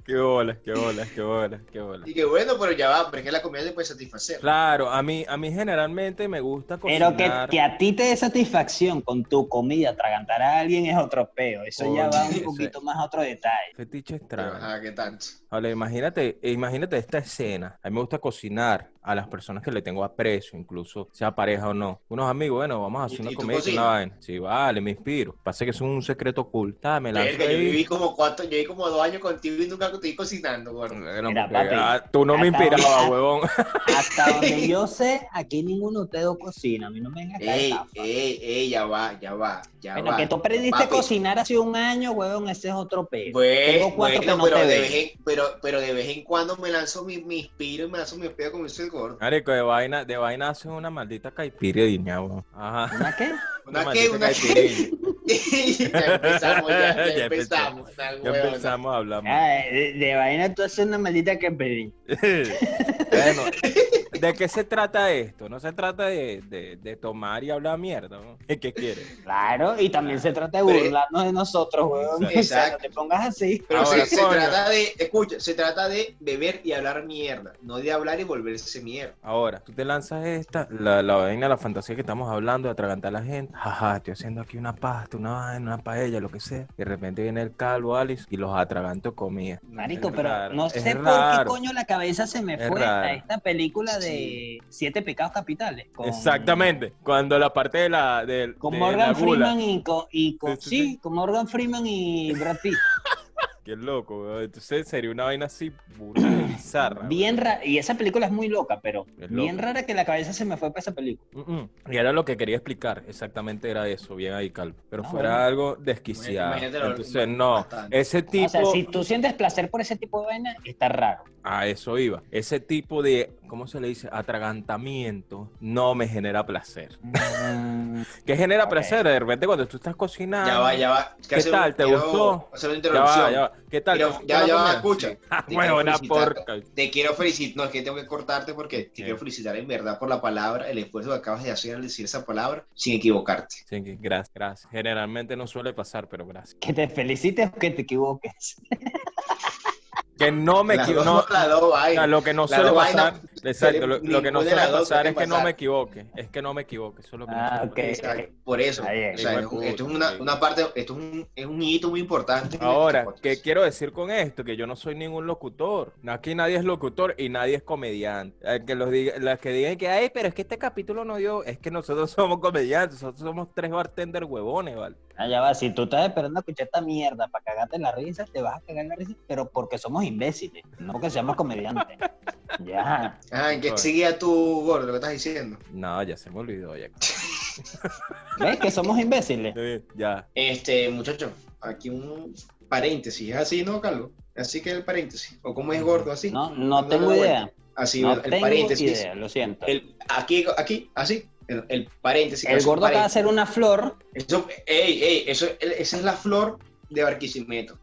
Qué bola, qué bola, qué bola, qué bola.
Y que bueno, pero ya va, pero es que la comida le puede satisfacer.
Claro, a mí, a mí generalmente me gusta cocinar.
Pero que, que a ti te dé satisfacción con tu comida, atragantar a alguien es otro peo. Eso ya
Coño,
va un
eso
poquito más a otro detalle.
Fetiche
Pero,
extraño.
ajá, ¿qué tanto?
Ahora, imagínate, eh, imagínate esta escena. A mí me gusta cocinar a las personas que le tengo aprecio, incluso sea pareja o no. Unos amigos, bueno, vamos a
¿Y-
hacer una
y tú
comida, una
cocinas?
vaina. Sí, vale, me inspiro. Pasa que es un secreto oculto. Ah, me la
Verga,
[LAUGHS]
yo viví como cuatro, yo viví como dos años contigo y nunca te vi cocinando, gordo.
Mira, papi,
tú no me
hasta
inspirabas,
ahora-
[LAUGHS] huevón.
Hasta donde yo sé, aquí ninguno de ustedes dos cocina. A mí no me vengas a caer
Ey,
estafa.
ey, ey, ya va, ya va, ya
Bueno,
va.
que tú aprendiste a
Papi.
cocinar hace un año, huevón, ese es otro peo.
Bueno,
Tengo cuatro que
bueno,
no
pero,
te
de
veo.
vez en, pero, pero de vez en cuando me lanzo mi, mi inspiro y me lanzo mi pedo como dice el gordo.
Ah,
Marico, de vaina, de vaina haces una maldita caipirinha, huevón. Ajá.
¿Una
[LAUGHS]
qué?
¿Una qué?
maldita
¿Una qué?
caipirinha.
[LAUGHS] ya empezamos, ya, ya
Ya
empezamos. tal
Ya
huevona.
empezamos a hablar. más.
Ah, de, de vaina tú haces una maldita que pedí.
[LAUGHS] bueno, ¿de qué se trata esto? No se trata de, de- de tomar y hablar mierda, ¿no? ¿Qué quieres?
Claro, y también se trata de
Pero-
burlarnos de nosotros, huevón.
Exacto.
[LAUGHS] O sea, no te pongas así.
Pero
Ahora,
se, se
coño.
trata de, escucha, se trata de beber y hablar mierda, no de hablar y volverse mierda.
Ahora, tú te lanzas esta, la, la vaina, la fantasía que estamos hablando de atragantar a la gente. Jaja, estoy haciendo aquí una pasta, una vaina, una paella, lo que sea. De repente viene el calvo, Alice, y los atraganto comida.
Marico,
Es
pero
raro,
no
es
sé por qué
raro.
coño la cabeza se me
Es
fue
raro.
a esta película de Siete Pecados Capitales. con-
Exactamente. Cuando la parte de la. De,
Con
de
Morgan
la gula.
Freeman y con, y con- sí,
Sí, sí, sí.
con Morgan Freeman
[LAUGHS]
y Brad Pitt.
Qué loco, weón. Entonces sería una vaina así
[CLEARS THROAT]
brutal, bizarra.
Bien
weón.
rara, y esa película es muy loca, pero
Es
bien
loca.
rara que la cabeza se me fue para esa película.
Mm, mm. Y era lo que quería explicar, exactamente era eso, bien ahí, Calvo. Pero
Ah,
fuera
bueno.
algo desquiciado.
Imagínate lo-
Entonces, no,
bastante.
ese tipo.
O sea, si tú sientes placer por ese tipo de vaina, está
[LAUGHS]
raro.
A eso iba. Ese tipo de, ¿cómo se le dice? Atragantamiento no me genera placer. ¿Qué genera
Ok.
placer? De repente cuando tú estás cocinando.
Ya va, ya va.
¿Qué
hacer un-
tal? ¿Te
quiero
gustó?
Hacer
Ya
una
va,
interrupción.
ya va. ¿Qué tal?
Pero
¿Te
ya-
gustó
ya
la
va,
comida?
escucha.
Sí. Ah,
Te quiero
huevona
felicitar.
porca.
Te quiero felicitar, no es que tengo que cortarte porque te
Sí.
quiero felicitar en verdad por la palabra, el esfuerzo que acabas de hacer al decir esa palabra sin equivocarte.
Sí, que- gracias, gracias. Generalmente no suele pasar, pero gracias.
Que te felicites o que te equivoques.
Que no me
Las
equivo-
dos,
no-
las dos
o sea,
vainas.
lo que no
las
suele
dos vainas,
pasar, exacto, lo, lo que no
ninguna de
suele
las dos
pasar es que
suele
no me
pasar.
equivoque, es que no me equivoque, eso es lo que no
Ah,
suele
ok.
pasar.
Exacto, por eso.
Ahí es.
O sea,
Hijo de
esto es
puta,
una,
sí.
una parte, esto es un, es un hito muy importante. [LAUGHS]
Ahora,
Podcast.
¿qué quiero decir con esto? Que yo no soy ningún locutor. Aquí nadie es locutor y nadie es comediante. Eh, Que los diga- las que digan que, ay, pero es que este capítulo no dio, es que nosotros [LAUGHS] somos comediantes, nosotros somos tres bartender huevones, ¿vale?
Allá Ah, va, si tú estás esperando a escuchar esta mierda para cagarte la risa, te vas a cagar la risa, pero porque somos imbéciles, no porque seamos comediantes. ya.
Ajá, ¿en qué seguía tú, gordo, lo que estás diciendo?
No, ya se me olvidó. Ya.
¿Ves que somos imbéciles?
Está bien, Ya.
Este, muchacho, aquí un paréntesis. ¿Es así, no, Carlos? Así que el paréntesis. ¿O cómo es gordo así?
No, no tengo idea.
Así,
No
el, el
tengo
paréntesis.
idea, lo siento. El,
El, aquí, aquí, así. El, el paréntesis. eso es
gordo acaba de
paréntesis.
hacer una flor.
Eso, ey, ey, eso, el- esa es la flor de Barquisimeto.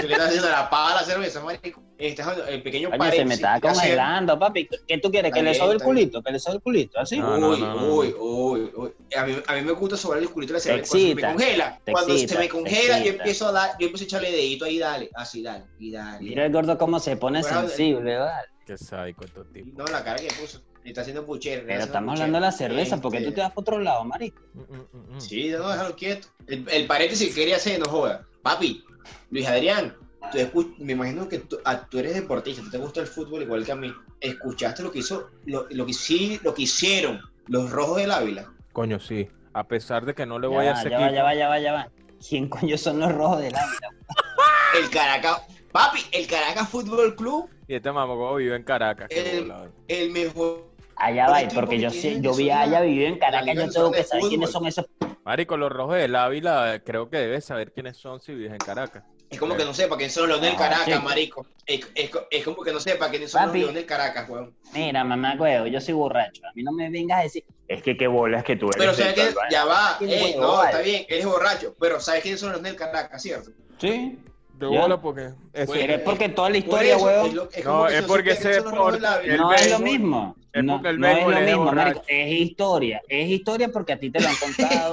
Tú le estás haciendo la pava a la cerveza, marico. Estás haciendo el pequeño
Coño, se
paréntesis.
me estaba
que hace-
congelando, papi. ¿Qué tú quieres?
Está
¿Que le
bien,
sobe el
está bien.
culito? ¿Que le sobe el culito? ¿Así?
No, no,
uy,
no, no.
uy, uy, uy. A mí, a mí me gusta sobrar el culito de la cerveza.
Te
Cuando se me
excita,
congela,
te
cuando
excita,
se me
te
congela, yo
excita.
empiezo a dar, yo empiezo a echarle dedito ahí, dale, así, dale, y dale.
Mira el gordo cómo se pone
Bueno,
sensible, ¿vale?
Qué sádico este tipo.
No, la cara que puso. Le está haciendo puchero. Eh,
Pero estamos hablando de la cerveza, porque tú te vas para otro lado, marico.
Mm, mm, mm, mm.
Sí, no, déjalo quieto. El, el paréntesis que quería hacer, no joda. Papi, Luis Adrián, tú escu- me imagino que tú, ah, tú eres deportista, tú te gusta el fútbol igual que a mí. ¿Escuchaste lo que hizo, lo, lo que sí, lo que hicieron los rojos del Ávila?
Coño, sí. A pesar de que no le
Ya
voy a
va,
hacer
ya va, ya va, ya va, ya va. ¿Quién coño son los rojos del Ávila?
El Caracas, papi, el Caracas Fútbol Club,
Y este mamagüevo vive en Caracas. qué
El-
bola, ¿vale?
el mejor.
Allá
Pero
va,
el tipo
porque
que
yo
tiene
sé,
que
yo vi
sonar
a ella vivir en
la
Caracas,
Liga
yo tengo
Venezolana
que
de
saber quiénes
Fútbol.
son esos.
Marico, los rojos del Ávila, creo que debes saber quiénes son si vives en Caracas.
Es como que no sepa quiénes son los del
Ah,
Caracas,
chico.
marico. Es, es- es como que no sepa quiénes son
Papi.
los del Caracas, weón.
Mira, mamá, huevo, yo soy borracho. A mí no me vengas a decir, es que qué bolas que tú eres.
Pero sabes
del
que
Caracas".
ya va,
Qué
ey,
huevo,
no,
vale.
está bien, eres borracho, pero sabes quiénes son los del Caracas, ¿cierto?
Sí.
De
Ya.
bola porque... ese-
Pero es
eh,
porque toda la
Por
historia,
eso,
huevo.
es lo- es
No,
como que
es
se
porque
supone que
ese
son los rojos del
deporte-
Ávila.
El
no es lo
béisbol-
mismo.
el
no,
porque el
no es
béisbol
lo
es
mismo,
borracho.
marico. Es historia. Es historia porque a ti te lo han
[LAUGHS]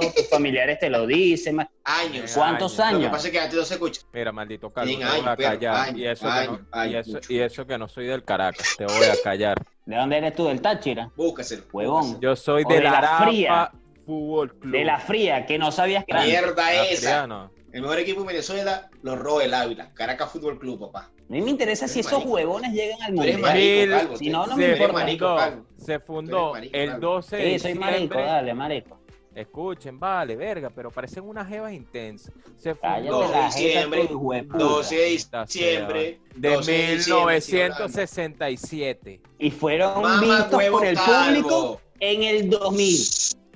contado, tus familiares te lo dicen. ma-
años.
Años.
¿Cuántos
Lo que
años?
pasa es que antes no se escucha.
Mira, maldito Carlos,
Bien,
te voy
ay,
a
perro,
callar.
ay,
Y eso, que
ay,
no,
ay,
y, eso,
mucho.
y eso que no soy del Caracas, te voy a callar.
¿De dónde eres tú? ¿Del Táchira?
Búscaselo.
Huevón.
Yo soy
O
de,
de
la
la
Arapa
Fría.
Fútbol Club.
De la fría, que no sabías que
La
eran.
Mierda
La
esa.
Fría, no.
El mejor equipo de Venezuela, los Roe del Ávila. Caracas Fútbol Club, papá.
A mí me interesa si
Eres
esos
marico.
huevones llegan al
Tú eres
mundial.
Mil-
marico, Calvo.
si
te-
no, no
tú
me
se,
eres
importa.
marico,
fundó,
Calvo.
se
Tú
fundó
eres marico,
el
Carlos.
12 de
Sí, soy marico,
diciembre.
dale, marico.
Escuchen, vale, verga, pero parecen unas jevas intensas. Se
Cállate
fundó
la
diciembre,
jeta, tú, hijo de puta.
12 de
Puta
diciembre.
de
12 de diciembre, estoy hablando.
1967.
Y fueron
Mamá
vistos
huevo
por el
Calvo.
público en el 2000.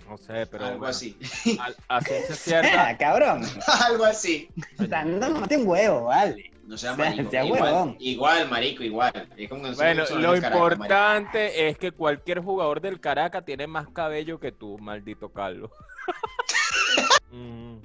No sé, pero
Algo
bueno,
así. [LAUGHS]
a- a
Ah,
ciencia cierta,
cabrón.
Algo así.
Tanto no mate un huevo, vale.
No seas
O sea,
marico.
sea
igual,
huevón.
igual, marico, igual. Es como que no sé
Bueno,
cómo son
lo
los Caracas, marico.
importante es que cualquier jugador del Caracas tiene más cabello que tú, maldito
[LAUGHS]
Carlos. Mm.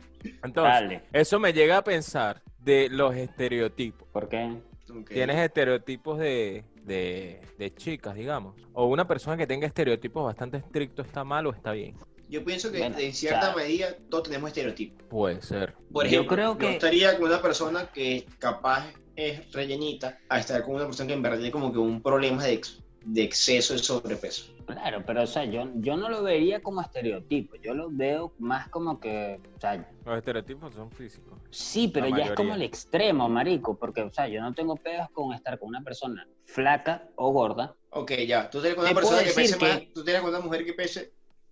Entonces,
Dale.
eso me llega a pensar de los estereotipos.
¿Por qué?
Ok.
Tienes estereotipos de, de- de chicas, digamos. O una persona que tenga estereotipos bastante estrictos está mal o está bien.
Yo pienso que
Bueno,
en cierta
ya.
medida todos tenemos estereotipos.
Puede ser.
Por
Yo
ejemplo,
creo
me
que-
gustaría con una persona que capaz es rellenita a estar con una persona que en verdad tiene como que un problema de, ex- de exceso de sobrepeso.
Claro, pero o sea, yo, yo no lo vería como estereotipo. Yo lo veo más como que. O sea,
Los estereotipos son físicos.
Sí, pero
La
ya es como el
mayoría.
extremo, marico, porque, o sea, yo no tengo pedos con estar con una persona flaca o gorda.
Ok, ya. Tú tienes con una
Te
persona
puedo
que pese
decir que-
más, tú tienes con una mujer que pese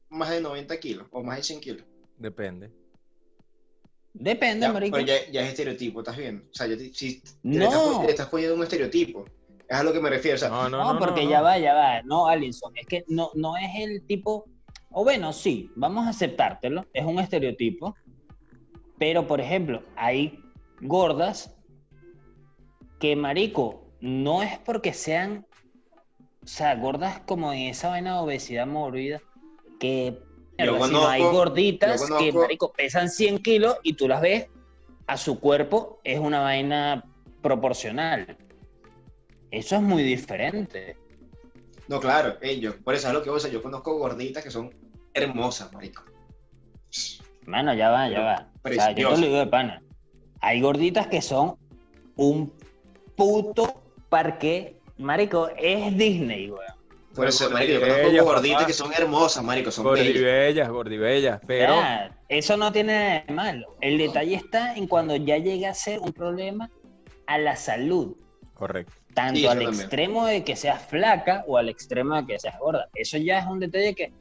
más de 90 kilos o más de 100 kilos.
Depende.
Depende,
Ya,
marico.
pero ya, ya es estereotipo, estás bien. O sea, yo te- si te le estás,
no,
le estás poniendo un estereotipo. Es a lo que me refiero. O sea,
No, no,
no,
no,
porque
no,
ya
no.
va, ya va. No, Alinson, es que no, no es el tipo, o bueno, sí, vamos a aceptártelo, es un estereotipo, pero, por ejemplo, hay gordas que, marico, no es porque sean, o sea, gordas como en esa vaina de obesidad mórbida, que
Yo
mierda, sino
conozco-
hay gorditas
yo
que,
conozco-
marico, pesan 100 kilos y tú las ves a su cuerpo, es una vaina proporcional. Eso es muy diferente.
No, claro, eh, yo- por eso es lo que voy a hacer. Yo conozco gorditas que son hermosas, marico.
Mano, ya va, ya va. O sea, yo te
Precioso.
lo digo de pana. Hay gorditas que son un puto parque. Marico, es Disney, weón.
Por eso, marico, yo
Ellas,
conozco gorditas
papá.
que son hermosas, marico, son bellas.
Gordibellas, gordibellas. Pero
Ya, eso no tiene nada de malo. El detalle está en cuando ya llega a ser un problema a la salud.
Correcto.
Tanto
Sí, eso
al
también.
extremo de que seas flaca o al extremo de que seas gorda. Eso ya es un detalle que,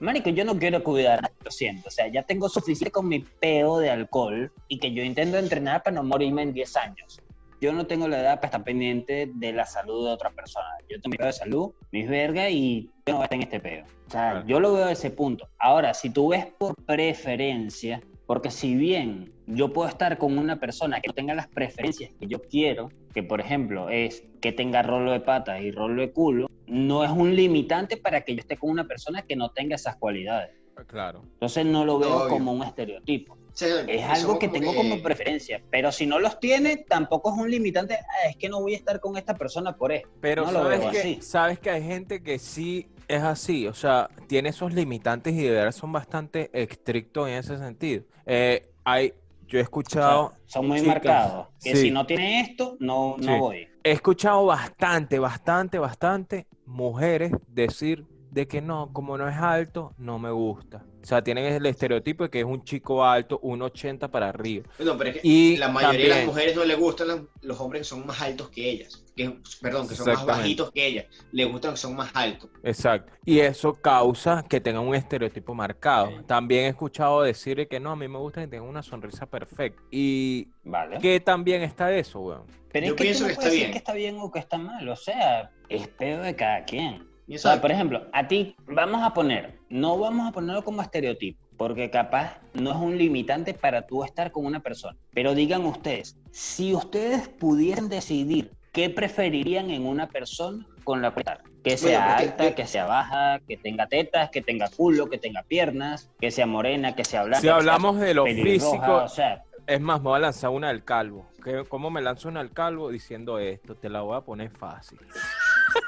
marico, yo no quiero cuidar, lo siento. O sea, ya tengo suficiente con mi peo de alcohol y que yo intento entrenar para no morirme en 10 años. Yo no tengo la edad para estar pendiente de la salud de otra persona. Yo tengo mi pedo de salud, mis vergas y yo no voy a estar en este pedo. O sea,
Claro.
yo lo veo de ese punto. Ahora, si tú ves por preferencia, porque si bien yo puedo estar con una persona que no tenga las preferencias que yo quiero, que por ejemplo es que tenga rolo de patas y rolo de culo, no es un limitante para que yo esté con una persona que no tenga esas cualidades.
Claro.
Entonces no lo veo
Obvio.
como un estereotipo.
O sea,
Es
somos
algo que
como
tengo como preferencia. Pero si no los tiene, tampoco es un limitante. "Ah, Es que no voy a estar con esta persona por esto.
Pero
No lo
sabes,
veo
que,
así.
sabes que hay gente que sí es así, o sea, tiene esos limitantes y de verdad son bastante estrictos en ese sentido. Eh, hay, yo he escuchado,
O sea, son muy
Chicas,
marcados. Que
sí.
si no tiene esto, no, no
Sí.
voy.
he escuchado bastante, bastante, bastante mujeres decir de que no, como no es alto, no me gusta. O sea, tienen el estereotipo de que es un chico alto, 1,80 para arriba.
Bueno, pero es que
Y
la mayoría de las
también-
mujeres no le gustan las- los hombres que son más altos que ellas. Que, perdón, que son más
Exactamente.
bajitos que ellas. Le gustan que son más altos.
Exacto. Y eso causa que tengan un estereotipo marcado.
Ok.
También he escuchado decir que no, a mí me gusta que tengan una sonrisa perfecta. Y
Vale.
que también está eso, weón.
Pero
Yo
es que tú
pienso
no puedes
que está
decir
bien.
que está bien o que está mal. O sea, es pedo de cada quien.
Y
O
eso-
sea, por ejemplo, a ti vamos a poner, no vamos a ponerlo como estereotipo, porque capaz no es un limitante para tú estar con una persona. Pero digan ustedes, si ustedes pudieran decidir qué preferirían en una persona con la que estar, que sea
porque-
alta, que sea baja, que tenga tetas, que tenga culo, que tenga piernas, que sea morena, que sea blanca.
Si hablamos de lo
que sea pelirroja,
físico,
o sea,
es más, me voy a lanzar una al calvo. ¿Qué- ¿Cómo me lanzo una al calvo diciendo esto? Te la voy a poner fácil.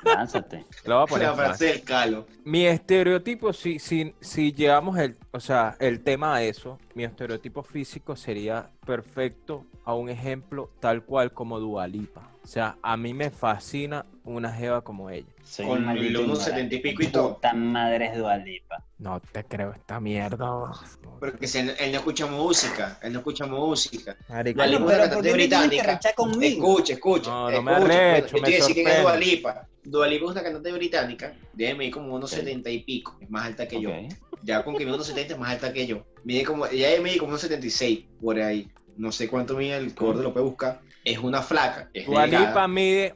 lánzate.
Te la voy a poner
[LAUGHS] La
fácil.
frase del calo.
Mi estereotipo, si, si, si llevamos el, o sea, el tema a eso, mi estereotipo físico sería perfecto a un ejemplo tal cual como Dualipa. O sea, a mí me fascina una jeva como ella.
Soy
Con
un maldito
el 1.70 y pico y todo.
Puta madre es Dualipa.
No te creo esta mierda. weón.
Porque se- él no escucha música. Él no escucha música.
Marico,
Dale, pues,
Bueno,
una
pero
cantante
¿por qué te tienes que
británica.
rechar conmigo?
Escucha, escucha.
No, no me
escucha.
arrecho,
yo
me
te voy a decir quién es Dua
sorprende.
Lipa. Dua Lipa es una cantante británica. Debe medir como unos 70 y pico. Es más alta que yo.
Ok.
Ya con que mide unos 70 es más alta que yo. Mide como, ella mide como unos 76 por ahí. No sé cuánto mide el gordo, lo puede buscar. Es una flaca. Es
Dualipa
delgada.
mide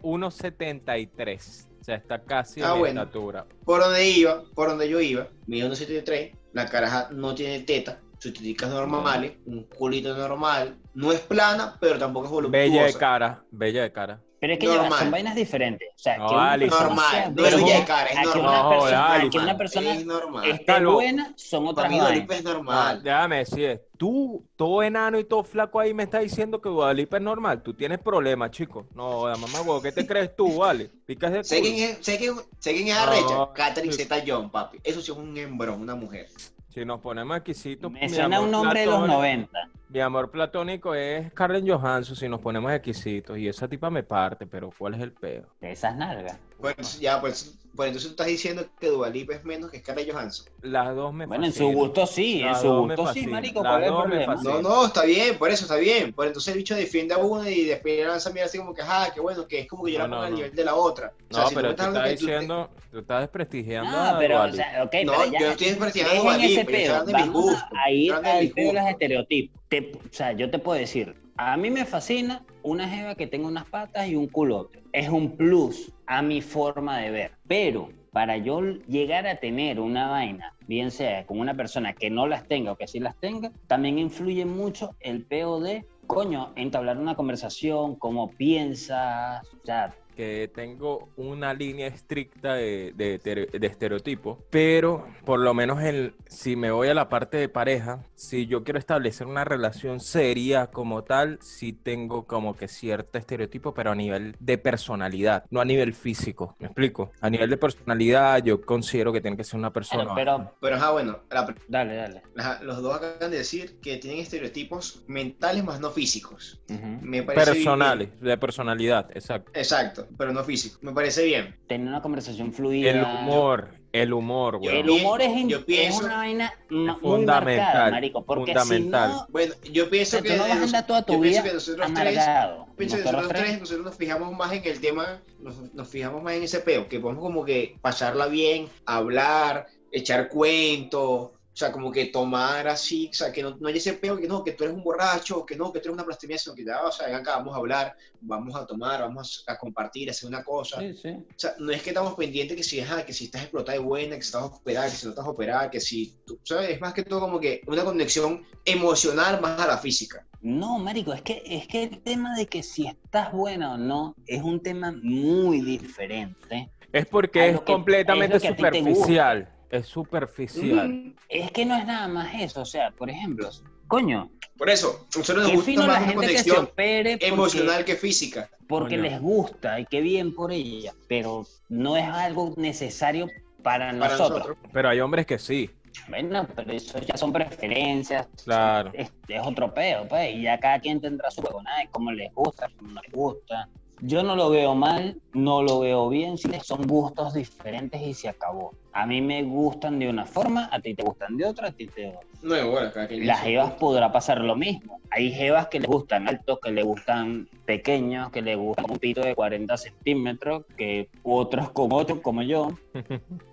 1.73. O sea, está casi
Ah,
en mi
bueno.
estatura.
Por donde iba, por donde yo iba, mide unos 73. La caraja no tiene teta. Sus teticas normales, un culito normal. No es plana, pero tampoco es voluptuosa.
Bella de cara, bella de cara.
Pero es que ya va,
Normal.
son vainas diferentes. O sea,
No,
que una
Alex.
persona
Normal,
sea
no
bella,
es
bella de cara, es
a que
normal.
una persona,
No,
a
Alex.
que una persona
Es normal.
esté
Calvo.
buena son
Para
otras
mí Dua Lipa
vainas.
es normal.
Déjame decir, tú, todo enano y todo flaco ahí me estás diciendo que Guadalupe es normal. Tú tienes problemas, chico. No, joda, mamá, huevo, ¿qué te crees tú, vale? Picas de
Sé
culo.
quién es, sé quién, sé quién es
No,
arrecha. Catherine
sí.
Zeta John, papi. Eso sí es un hembrón, una mujer.
Si nos ponemos exquisitos,
Me suena un hombre de los
platónico-
90.
Mi amor platónico es Karen Johansson, si nos ponemos exquisitos. Y esa tipa me parte, pero ¿cuál es el pedo?
De esas nalgas.
Pues ya, pues, pues entonces tú estás diciendo que Dualipa es menos que Scarlett Johansson.
Las dos me
Bueno, en su
fascinan.
gusto sí, en
Las
su
dos me
gusto sí,
fascinan,
marico,
las
¿cuál es el
dos me
problema?
fascinan.
No,
Sí.
no, está bien, por eso está bien. Por entonces el bicho defiende a una y después lanza a mí así como que, ah, qué bueno, que es como que yo
No,
la pongo
no,
al
no.
nivel de la otra. O sea,
No,
si tú me
pero tú
estás
estás
hablando que tú te-
diciendo, tú estás desprestigiando
No,
a
Ah, pero, o
Dualipa.
sea, ok,
No,
pero ya.
yo no estoy desprestigiando a
dejen
Dua
ese
Lipa, pues, yo estoy
pedo.
hablando de mis
Vamos
gustos.
a ir
hablando de
al
mis
pedo de los
gustos.
estereotipos. Te- o sea, yo te puedo decir, a mí me fascina una jeva que tenga unas patas y un culote. Es un plus a mi forma de ver. Pero para yo llegar a tener una vaina, bien sea con una persona que no las tenga o que sí las tenga, también influye mucho el pedo de, coño, entablar una conversación, cómo piensas, o sea,
que tengo una línea estricta de, de tere- de estereotipo, pero por lo menos el, si me voy a la parte de pareja, si yo quiero establecer una relación seria como tal, sí tengo como que cierto estereotipo, pero a nivel de personalidad, no a nivel físico, ¿me explico? A nivel de personalidad yo considero que tiene que ser una persona...
bueno, pero
Pero ajá, bueno, la-
dale, dale.
la- los dos acaban de decir que tienen estereotipos mentales más no físicos.
Ujú.
Me parece bien.
Personales, de personalidad, exacto.
Exacto, pero no físico. Me parece bien.
Tener una conversación fluida.
El humor, el humor,
Yo-
weón.
El humor es, in-
yo pienso-
es una vaina ma-
Es
muy
fundamental,
marcada, marico, porque
fundamental.
si no,
Bueno, yo
o sea,
pienso
tú
que,
no
de
vas a
nos-
andar toda
yo
tu
pienso
vida
que nosotros tres,
amargado.
pienso que
Nosotros tres,
nosotros nos fijamos más en el tema, nos, nos fijamos más en ese peo, que podemos como que pasarla bien, hablar, echar cuentos, sea, como que tomar así, o sea, que no, no haya ese peo que no, que tú eres un borracho, que no, que tú eres una plastemia, sino que ya, o sea, venga acá, vamos a hablar, vamos a tomar, vamos a compartir, a hacer una cosa.
Sí, sí.
O sea, no es que estamos pendientes que si, ajá, que si estás explotada de buena, que si estás operada, que si no estás operada, que si, tú, ¿sabes? Es más que todo como que una conexión emocional más a la física.
No, marico, es que, es que el tema de que si estás buena o no es un tema muy diferente.
Es porque
a
es
lo que-
completamente
es lo que a ti te gusta.
superficial. Es superficial.
Mm.
Es que no es nada más eso, o sea, por ejemplo, coño,
Por eso, a nosotros nos
qué
gusta
fino la
más una
gente que se
conexión
opere porque-
emocional que física.
porque
Coño.
les gusta y qué bien por ella, pero no es algo necesario para,
Para
nosotros.
nosotros.
Pero hay hombres que sí.
Bueno, pero eso ya son preferencias,
Claro.
es, es otro peo, pues, y ya cada quien tendrá su huevonada, y como les gusta, como no les gusta. Yo no lo veo mal, no lo veo bien, si les son gustos diferentes y se acabó. A mí me gustan de una forma, a ti te gustan de otra, a ti te
Nueve horas cada quien.
las jevas podrá pasar lo mismo. Hay jevas que les gustan altos, que les gustan pequeños, que les gustan un pito de 40 centímetros, que otros como otros como yo.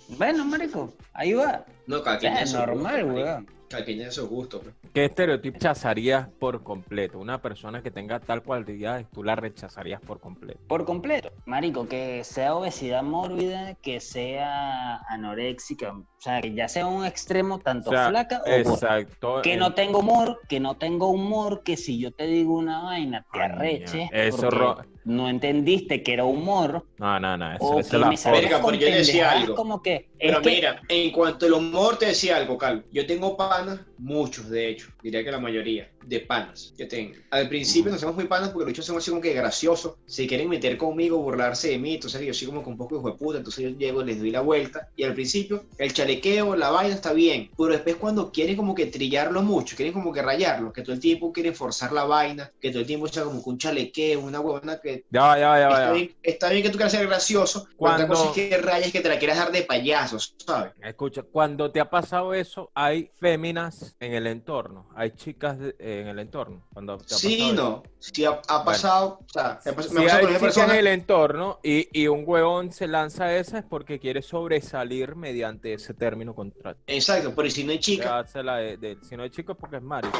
Bueno, marico, ahí va.
No, cada quien tiene
Es
su
normal,
gusto, marico.
weón.
Cada quien tiene su gusto. pues.
¿Qué estereotipo rechazarías por completo? Una persona que tenga tal cualidad, tú la rechazarías por completo.
Por completo. Marico, que sea obesidad mórbida, que sea anoréxica, o sea, que ya sea un extremo tanto
O sea,
flaca o gorda.
Exacto.
Que
eh,
no tengo humor, que no tengo humor, que si yo te digo una vaina te
coño,
arreches
Eso,
porque
ro-
no entendiste que era humor,
No, no, no. Eso,
O
esa
que
es la
me salgas
forma.
Verga,
con
pero yo decía
pendejadas
algo.
Como que,
Pero
es que-
mira, en cuanto al humor te decía algo, Carlos. Yo tengo panas, muchos de hecho, diría que la mayoría, de panas que tengo. Al principio nos hacemos muy panas porque los hechos son así como que graciosos. Se quieren meter conmigo, burlarse de mí, entonces yo soy como que un poco hijo de puta, entonces yo llego, les doy la vuelta. Y al principio el chalequeo, la vaina está bien, pero después cuando quieren como que trillarlo mucho, quieren como que rayarlo, que todo el tiempo quieren forzar la vaina, que todo el tiempo sea como que un chalequeo, una huevona que
Ya va, ya va, ya va, ya
Está
va.
bien, está bien que tú quieras ser gracioso, cuando
Cuando-
otra cosa es que rayas que te la quieras dar de payaso, ¿sabes?
Escucha, cuando te ha pasado eso, hay féminas en el entorno, hay chicas de- eh, en el entorno. Cuando te ha
Sí,
pasado eso.
no. Sí, ha, ha pasado. O sea, me ha pas-
Si
me ha pasado
hay
con esa
chicas
persona.
en el entorno y, y un huevón se lanza esa es porque quiere sobresalir mediante ese término contrato.
Exacto, pero si no hay chica.
Ya se la de- de- si no hay chicos porque es Mario.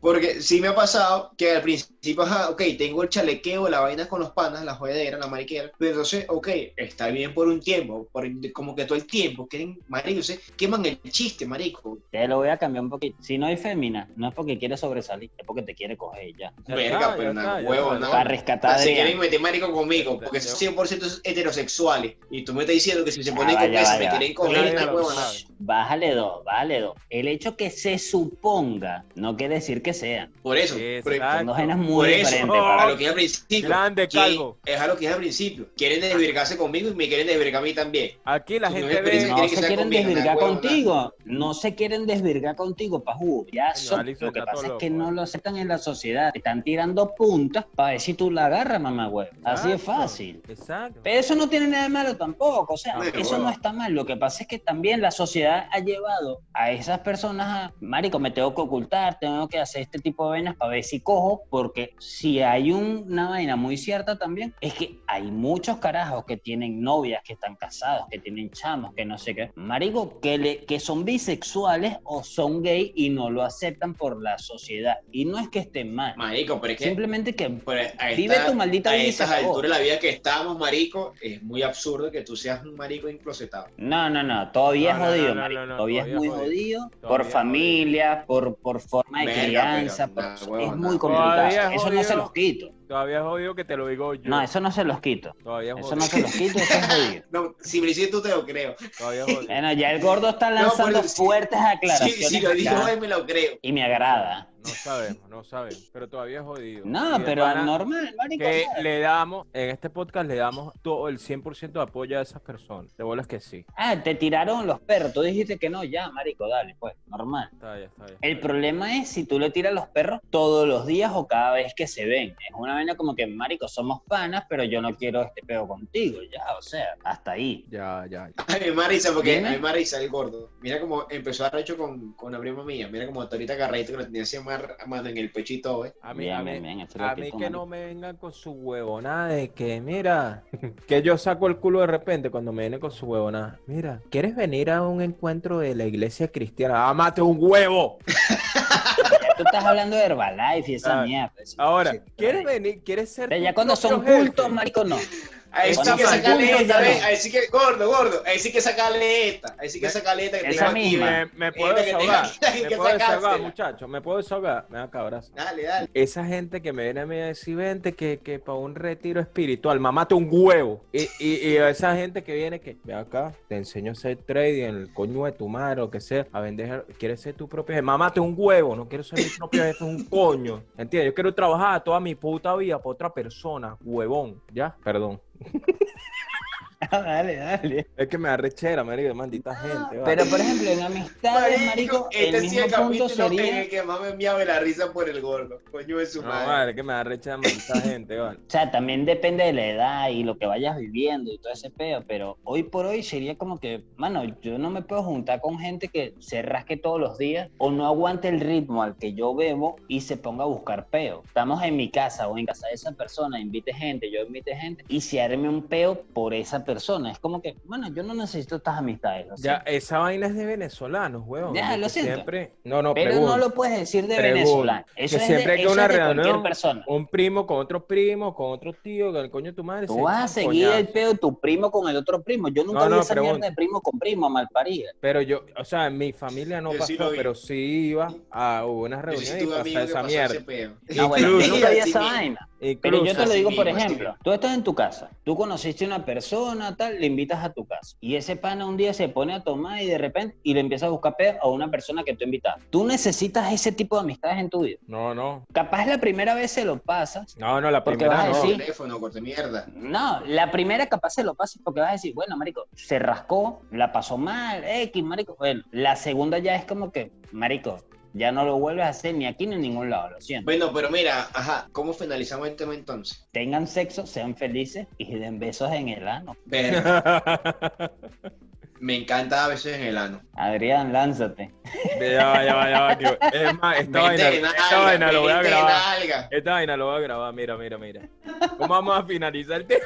Porque sí me ha pasado que al principio, ajá, ok, tengo el chalequeo, la vaina con los panas, la jodedera, la mariquera. Pero entonces, ok, está bien por un tiempo, por, como que todo el tiempo, quieren, marico, se queman el chiste, marico.
te lo voy a cambiar un poquito. Si no hay fémina, no es porque quiere sobresalir, es porque te quiere coger ya.
Ya
Verga,
está,
pero
ya
nada,
está, ya
huevo,
está.
Para
¿no? O sea,
rescatar a
se
Adrián.
quieren meter marico conmigo, porque son 100% heterosexuales. Y tú me estás diciendo que si se
Ya
ponen
va,
con
ya
eso,
va,
me
ya va.
quieren coger
Ya,
esta
ya lo
huevona.
sabes.
Bájale dos, bájale dos. El hecho que se suponga no quiere decir que sea.
Por eso. por-
Son dos vainas
Exacto.
muy
Por eso,
diferentes.
no,
papá.
a lo que es al principio.
Grande,
Que-
calvo.
Es a lo que es al principio. Quieren desvergarse conmigo y me quieren desvergar a mí también.
Aquí la
Tú
gente
ves, pero
ve.
si
No
quiere que
se
sea
quieren
conmigo,
desvirgar
una huevona.
contigo. No se quieren desvirgar contigo, pajú. Ya son.
Alicia
Lo que
está
pasa
todo
es que
loco,
no
¿eh?
lo aceptan en la sociedad. Te están tirando puntas para ver si tú la agarras, mamá güey. Así es
Exacto,
fácil.
Exacto.
Pero eso no tiene nada de malo tampoco, o sea,
Bueno,
eso
bueno.
no está mal. Lo que pasa es que también la sociedad ha llevado a esas personas a, marico, me tengo que ocultar, tengo que hacer este tipo de vainas para ver si cojo, porque si hay un- una vaina muy cierta también, es que hay muchos carajos que tienen novias, que están casados, que tienen chamos, que no sé qué, marico, que, le, que son bisexuales o son gay y no lo aceptan por la sociedad. Y no es que estén mal,
Marico, pero es que.
simplemente que
por- a
vive
esta-
tu maldita
a
vida y se
estas
acabó.
alturas de la vida que estamos, marico, es muy absurdo que tú seas un marico enclosetado.
No, no, no, todavía
No,
es
no,
jodido,
no, no,
marico.
no, no,
todavía, es muy
todavía es
jodido,
Todavía
por
es
familia, por, por forma de
Verga, pero
crianza,
no,
por-
huevón,
es
no.
muy
Todavía
complicado.
es
Eso no se
jodido.
los quito.
Todavía es jodido que te lo digo yo.
No, eso no se los quito.
Todavía es
Eso no
jodido.
se los quito, eso
[LAUGHS]
es jodido.
No, si me lo hiciste tú te lo creo.
[LAUGHS]
Todavía es jodido.
Bueno, ya el gordo está
No,
lanzando
pero si-
fuertes
Si,
aclaraciones
si lo dijo
acá,
él, me lo creo.
y me agrada.
No sabemos, no sabemos. Pero todavía es jodido. Y
No,
de
pero
pana
normal, marico.
Que
o sea.
le damos, en este podcast le damos todo el 100% de apoyo a esas personas. De bolas que sí.
Ah, te tiraron los perros, tú dijiste que no, ya, marico, dale, pues, normal.
Está bien, está bien.
El problema es si tú le tiras los perros todos los días o cada vez que se ven. Es una vaina como que, marico, somos panas, pero yo no quiero este pedo contigo, ya, o sea, hasta ahí.
Ya, ya. ya.
A mi Marisa, porque
Dime.
a mi Marisa, el gordo. Mira cómo empezó a arrecho con, con la prima mía. Mira cómo hasta ahorita agarradito que la tenía así en mar- mano en el pechito, ¿eh?
A mí,
Bien,
a mí-
bien, bien, eso es lo
a
que
mí
hizo
que
Mari.
no me vengan con su huevonada de
[LAUGHS]
que, mira, que yo saco el culo de repente cuando me vienen con su huevonada. Mira, ¿quieres venir a un encuentro de la iglesia cristiana? ¡Amate un huevo!
Ya Tú estás hablando de Herbalife y esa
Ah,
mierda. eso-
Ahora,
sí,
¿quieres
claro.
venir? ¿Quieres ser
O sea, ya
tu
cuando
propio
son
jefe?
cultos, marico, no. [LAUGHS]
Ahí sí
Cuando
que
son
sacale
juntos,
esta,
ya
¿ves?
no.
Ahí sí que, gordo, gordo, ahí sí que sacale esta, ahí sí que sacale esta que
Esa
tengo aquí,
misma.
¿ves?
Me, me puedo
Esta que
desahogar.
tengo aquí,
Me
que
puedo desahogar,
sacársela.
muchachos. Me puedo desahogar. Me da cabrazo.
Dale, dale.
Esa gente que me viene a mí a decir, vente, que, que para un retiro espiritual, mamate un huevo. Y, y, y a esa gente que viene que, ve acá, te enseño a hacer trading, el coño de tu madre, o que sea, a vender, quieres ser tu propio jefe, mamate un huevo, no quiero ser mi propio jefe, un coño. ¿Entiendes? Yo quiero trabajar toda mi puta vida para otra persona, huevón, ¿ya? Perdón.
dale, dale.
Es que me da rechera, marido, maldita gente. vale.
Ah, Pero, por ejemplo, en amistades, marico,
este
el
sí
mismo
es el
punto
capítulo en
sería...
el que más me enviaba de la risa por el gordo. Coño de su
No,
madre.
vale, que me da rechera, maldita gente,
[LAUGHS]
vale.
O sea, también depende de la edad y lo que vayas viviendo y todo ese peo, pero hoy por hoy sería como que, mano, yo no me puedo juntar con gente que se rasque todos los días o no aguante el ritmo al que yo bebo y se ponga a buscar peo. Estamos en mi casa o en casa de esa persona, invite gente, yo invite gente y se arme un peo por esa persona. Es como que, bueno, yo no necesito estas amistades. lo
Ya,
siento.
esa vaina es de venezolanos, huevón.
Ya,
de
lo
que
siento.
Siempre... No, no,
pero
pregunto.
no lo puedes decir de
Pregunto.
venezolano. Eso
Que
es
siempre
de,
que
eso
una
es de
reunión-
cualquier persona.
Un primo con otro primo, con otro tío, con el coño de tu madre. se
Tú vas a
echan
seguir el
coñazos.
peo de tu primo con el otro primo. Yo nunca
No,
vi
no,
esa
pregunta.
mierda de primo con primo, malparida.
Pero yo, o sea, en mi familia no
Yo
pasó,
sí lo vi.
pero sí iba a unas
Yo sí
reuniones y
tuve amigos
pasaba
que
esa mierda.
pasó
Ah,
ese peo.
No, Ah, bueno, yo
Incluso-
nunca vi
Así
esa
mismo.
vaina. Pero
Incluso,
yo te lo
así
digo, por
mismo, así
ejemplo, tú estás en tu casa, tú conociste a una persona, tal, le invitas a tu casa, y ese pana un día se pone a tomar y de repente, y le empieza a buscar peo a una persona que tú invitaste. Tú necesitas ese tipo de amistades en tu vida.
No, no.
Capaz la primera vez se lo pasas,
No, no, la
Porque vas a
primera no.
decir-
[LAUGHS]
El teléfono, corte mierda.
No, la primera capaz se lo pasas porque vas a decir, bueno, marico, se rascó, la pasó mal, X, marico. Bueno, la segunda ya es como que, marico, ya no lo vuelves a hacer ni aquí ni en ningún lado, lo siento.
Bueno, pero mira, ajá, ¿cómo finalizamos el tema entonces?
Tengan sexo, sean felices y den besos en el ano.
[LAUGHS]
Ver, me encanta a veces en el ano.
Adrián, lánzate.
ya va, ya va, ya va. tío. Es más, esta vaina,
Vente de
esta vaina lo voy a
vente de
grabar.
nalga.
Esta vaina lo voy a grabar, mira, mira, mira. ¿Cómo vamos a finalizar el tema?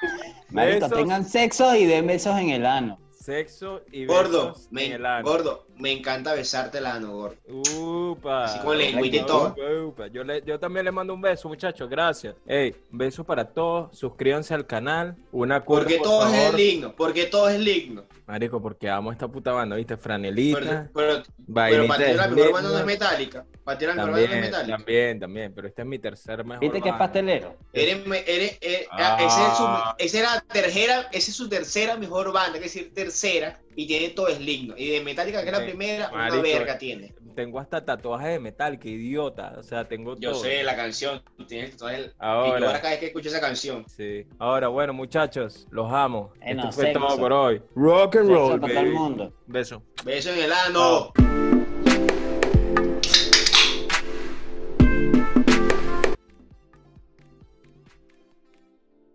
[LAUGHS]
Marico,
Besos.
tengan sexo y den besos en el ano.
Sexo y
Gordo,
besos en
me,
el ano.
gordo, me encanta besarte el ano, gordo.
Upa.
Así con
lengüita y
Upa,
todo.
upa, upa. Yo, le- yo también les mando un beso, muchachos. Gracias. Ey, besos para todos. Suscríbanse al canal. Una curva,
Porque
por
todo es
favor.
ligno, porque todo es ligno.
Marico, porque amo esta puta banda, ¿viste?
Pero,
Franelita.
pero, pero
Vainita
para ti
de
la mejor banda no es
Slipknot.
metálica. Para ti la mejor banda no es
también,
metálica.
también, también. Pero esta es mi tercer mejor
¿Viste que es
banda.
pastelero?
Eres, me- eres, eres-
Ah.
ah, ese es su- esa era la tercera, esa es su tercera mejor banda, que es decir, tercera, y tiene todo es ligno. Y de Metallica, que es la
Sí,
primera,
marico.
una verga tiene.
Tengo hasta tatuaje de metal, que idiota. O sea, tengo
Yo
todo.
sé la canción, tienes todo el. Y yo
Ahora.
ahora cada vez que escucho esa canción,
Sí. Ahora, bueno, muchachos, los amo.
Eh, no,
Esto fue
sexo.
todo por hoy. Rock and
Sexo
roll,
para todo el
baby.
mundo.
Beso.
beso en el ano.
Chao.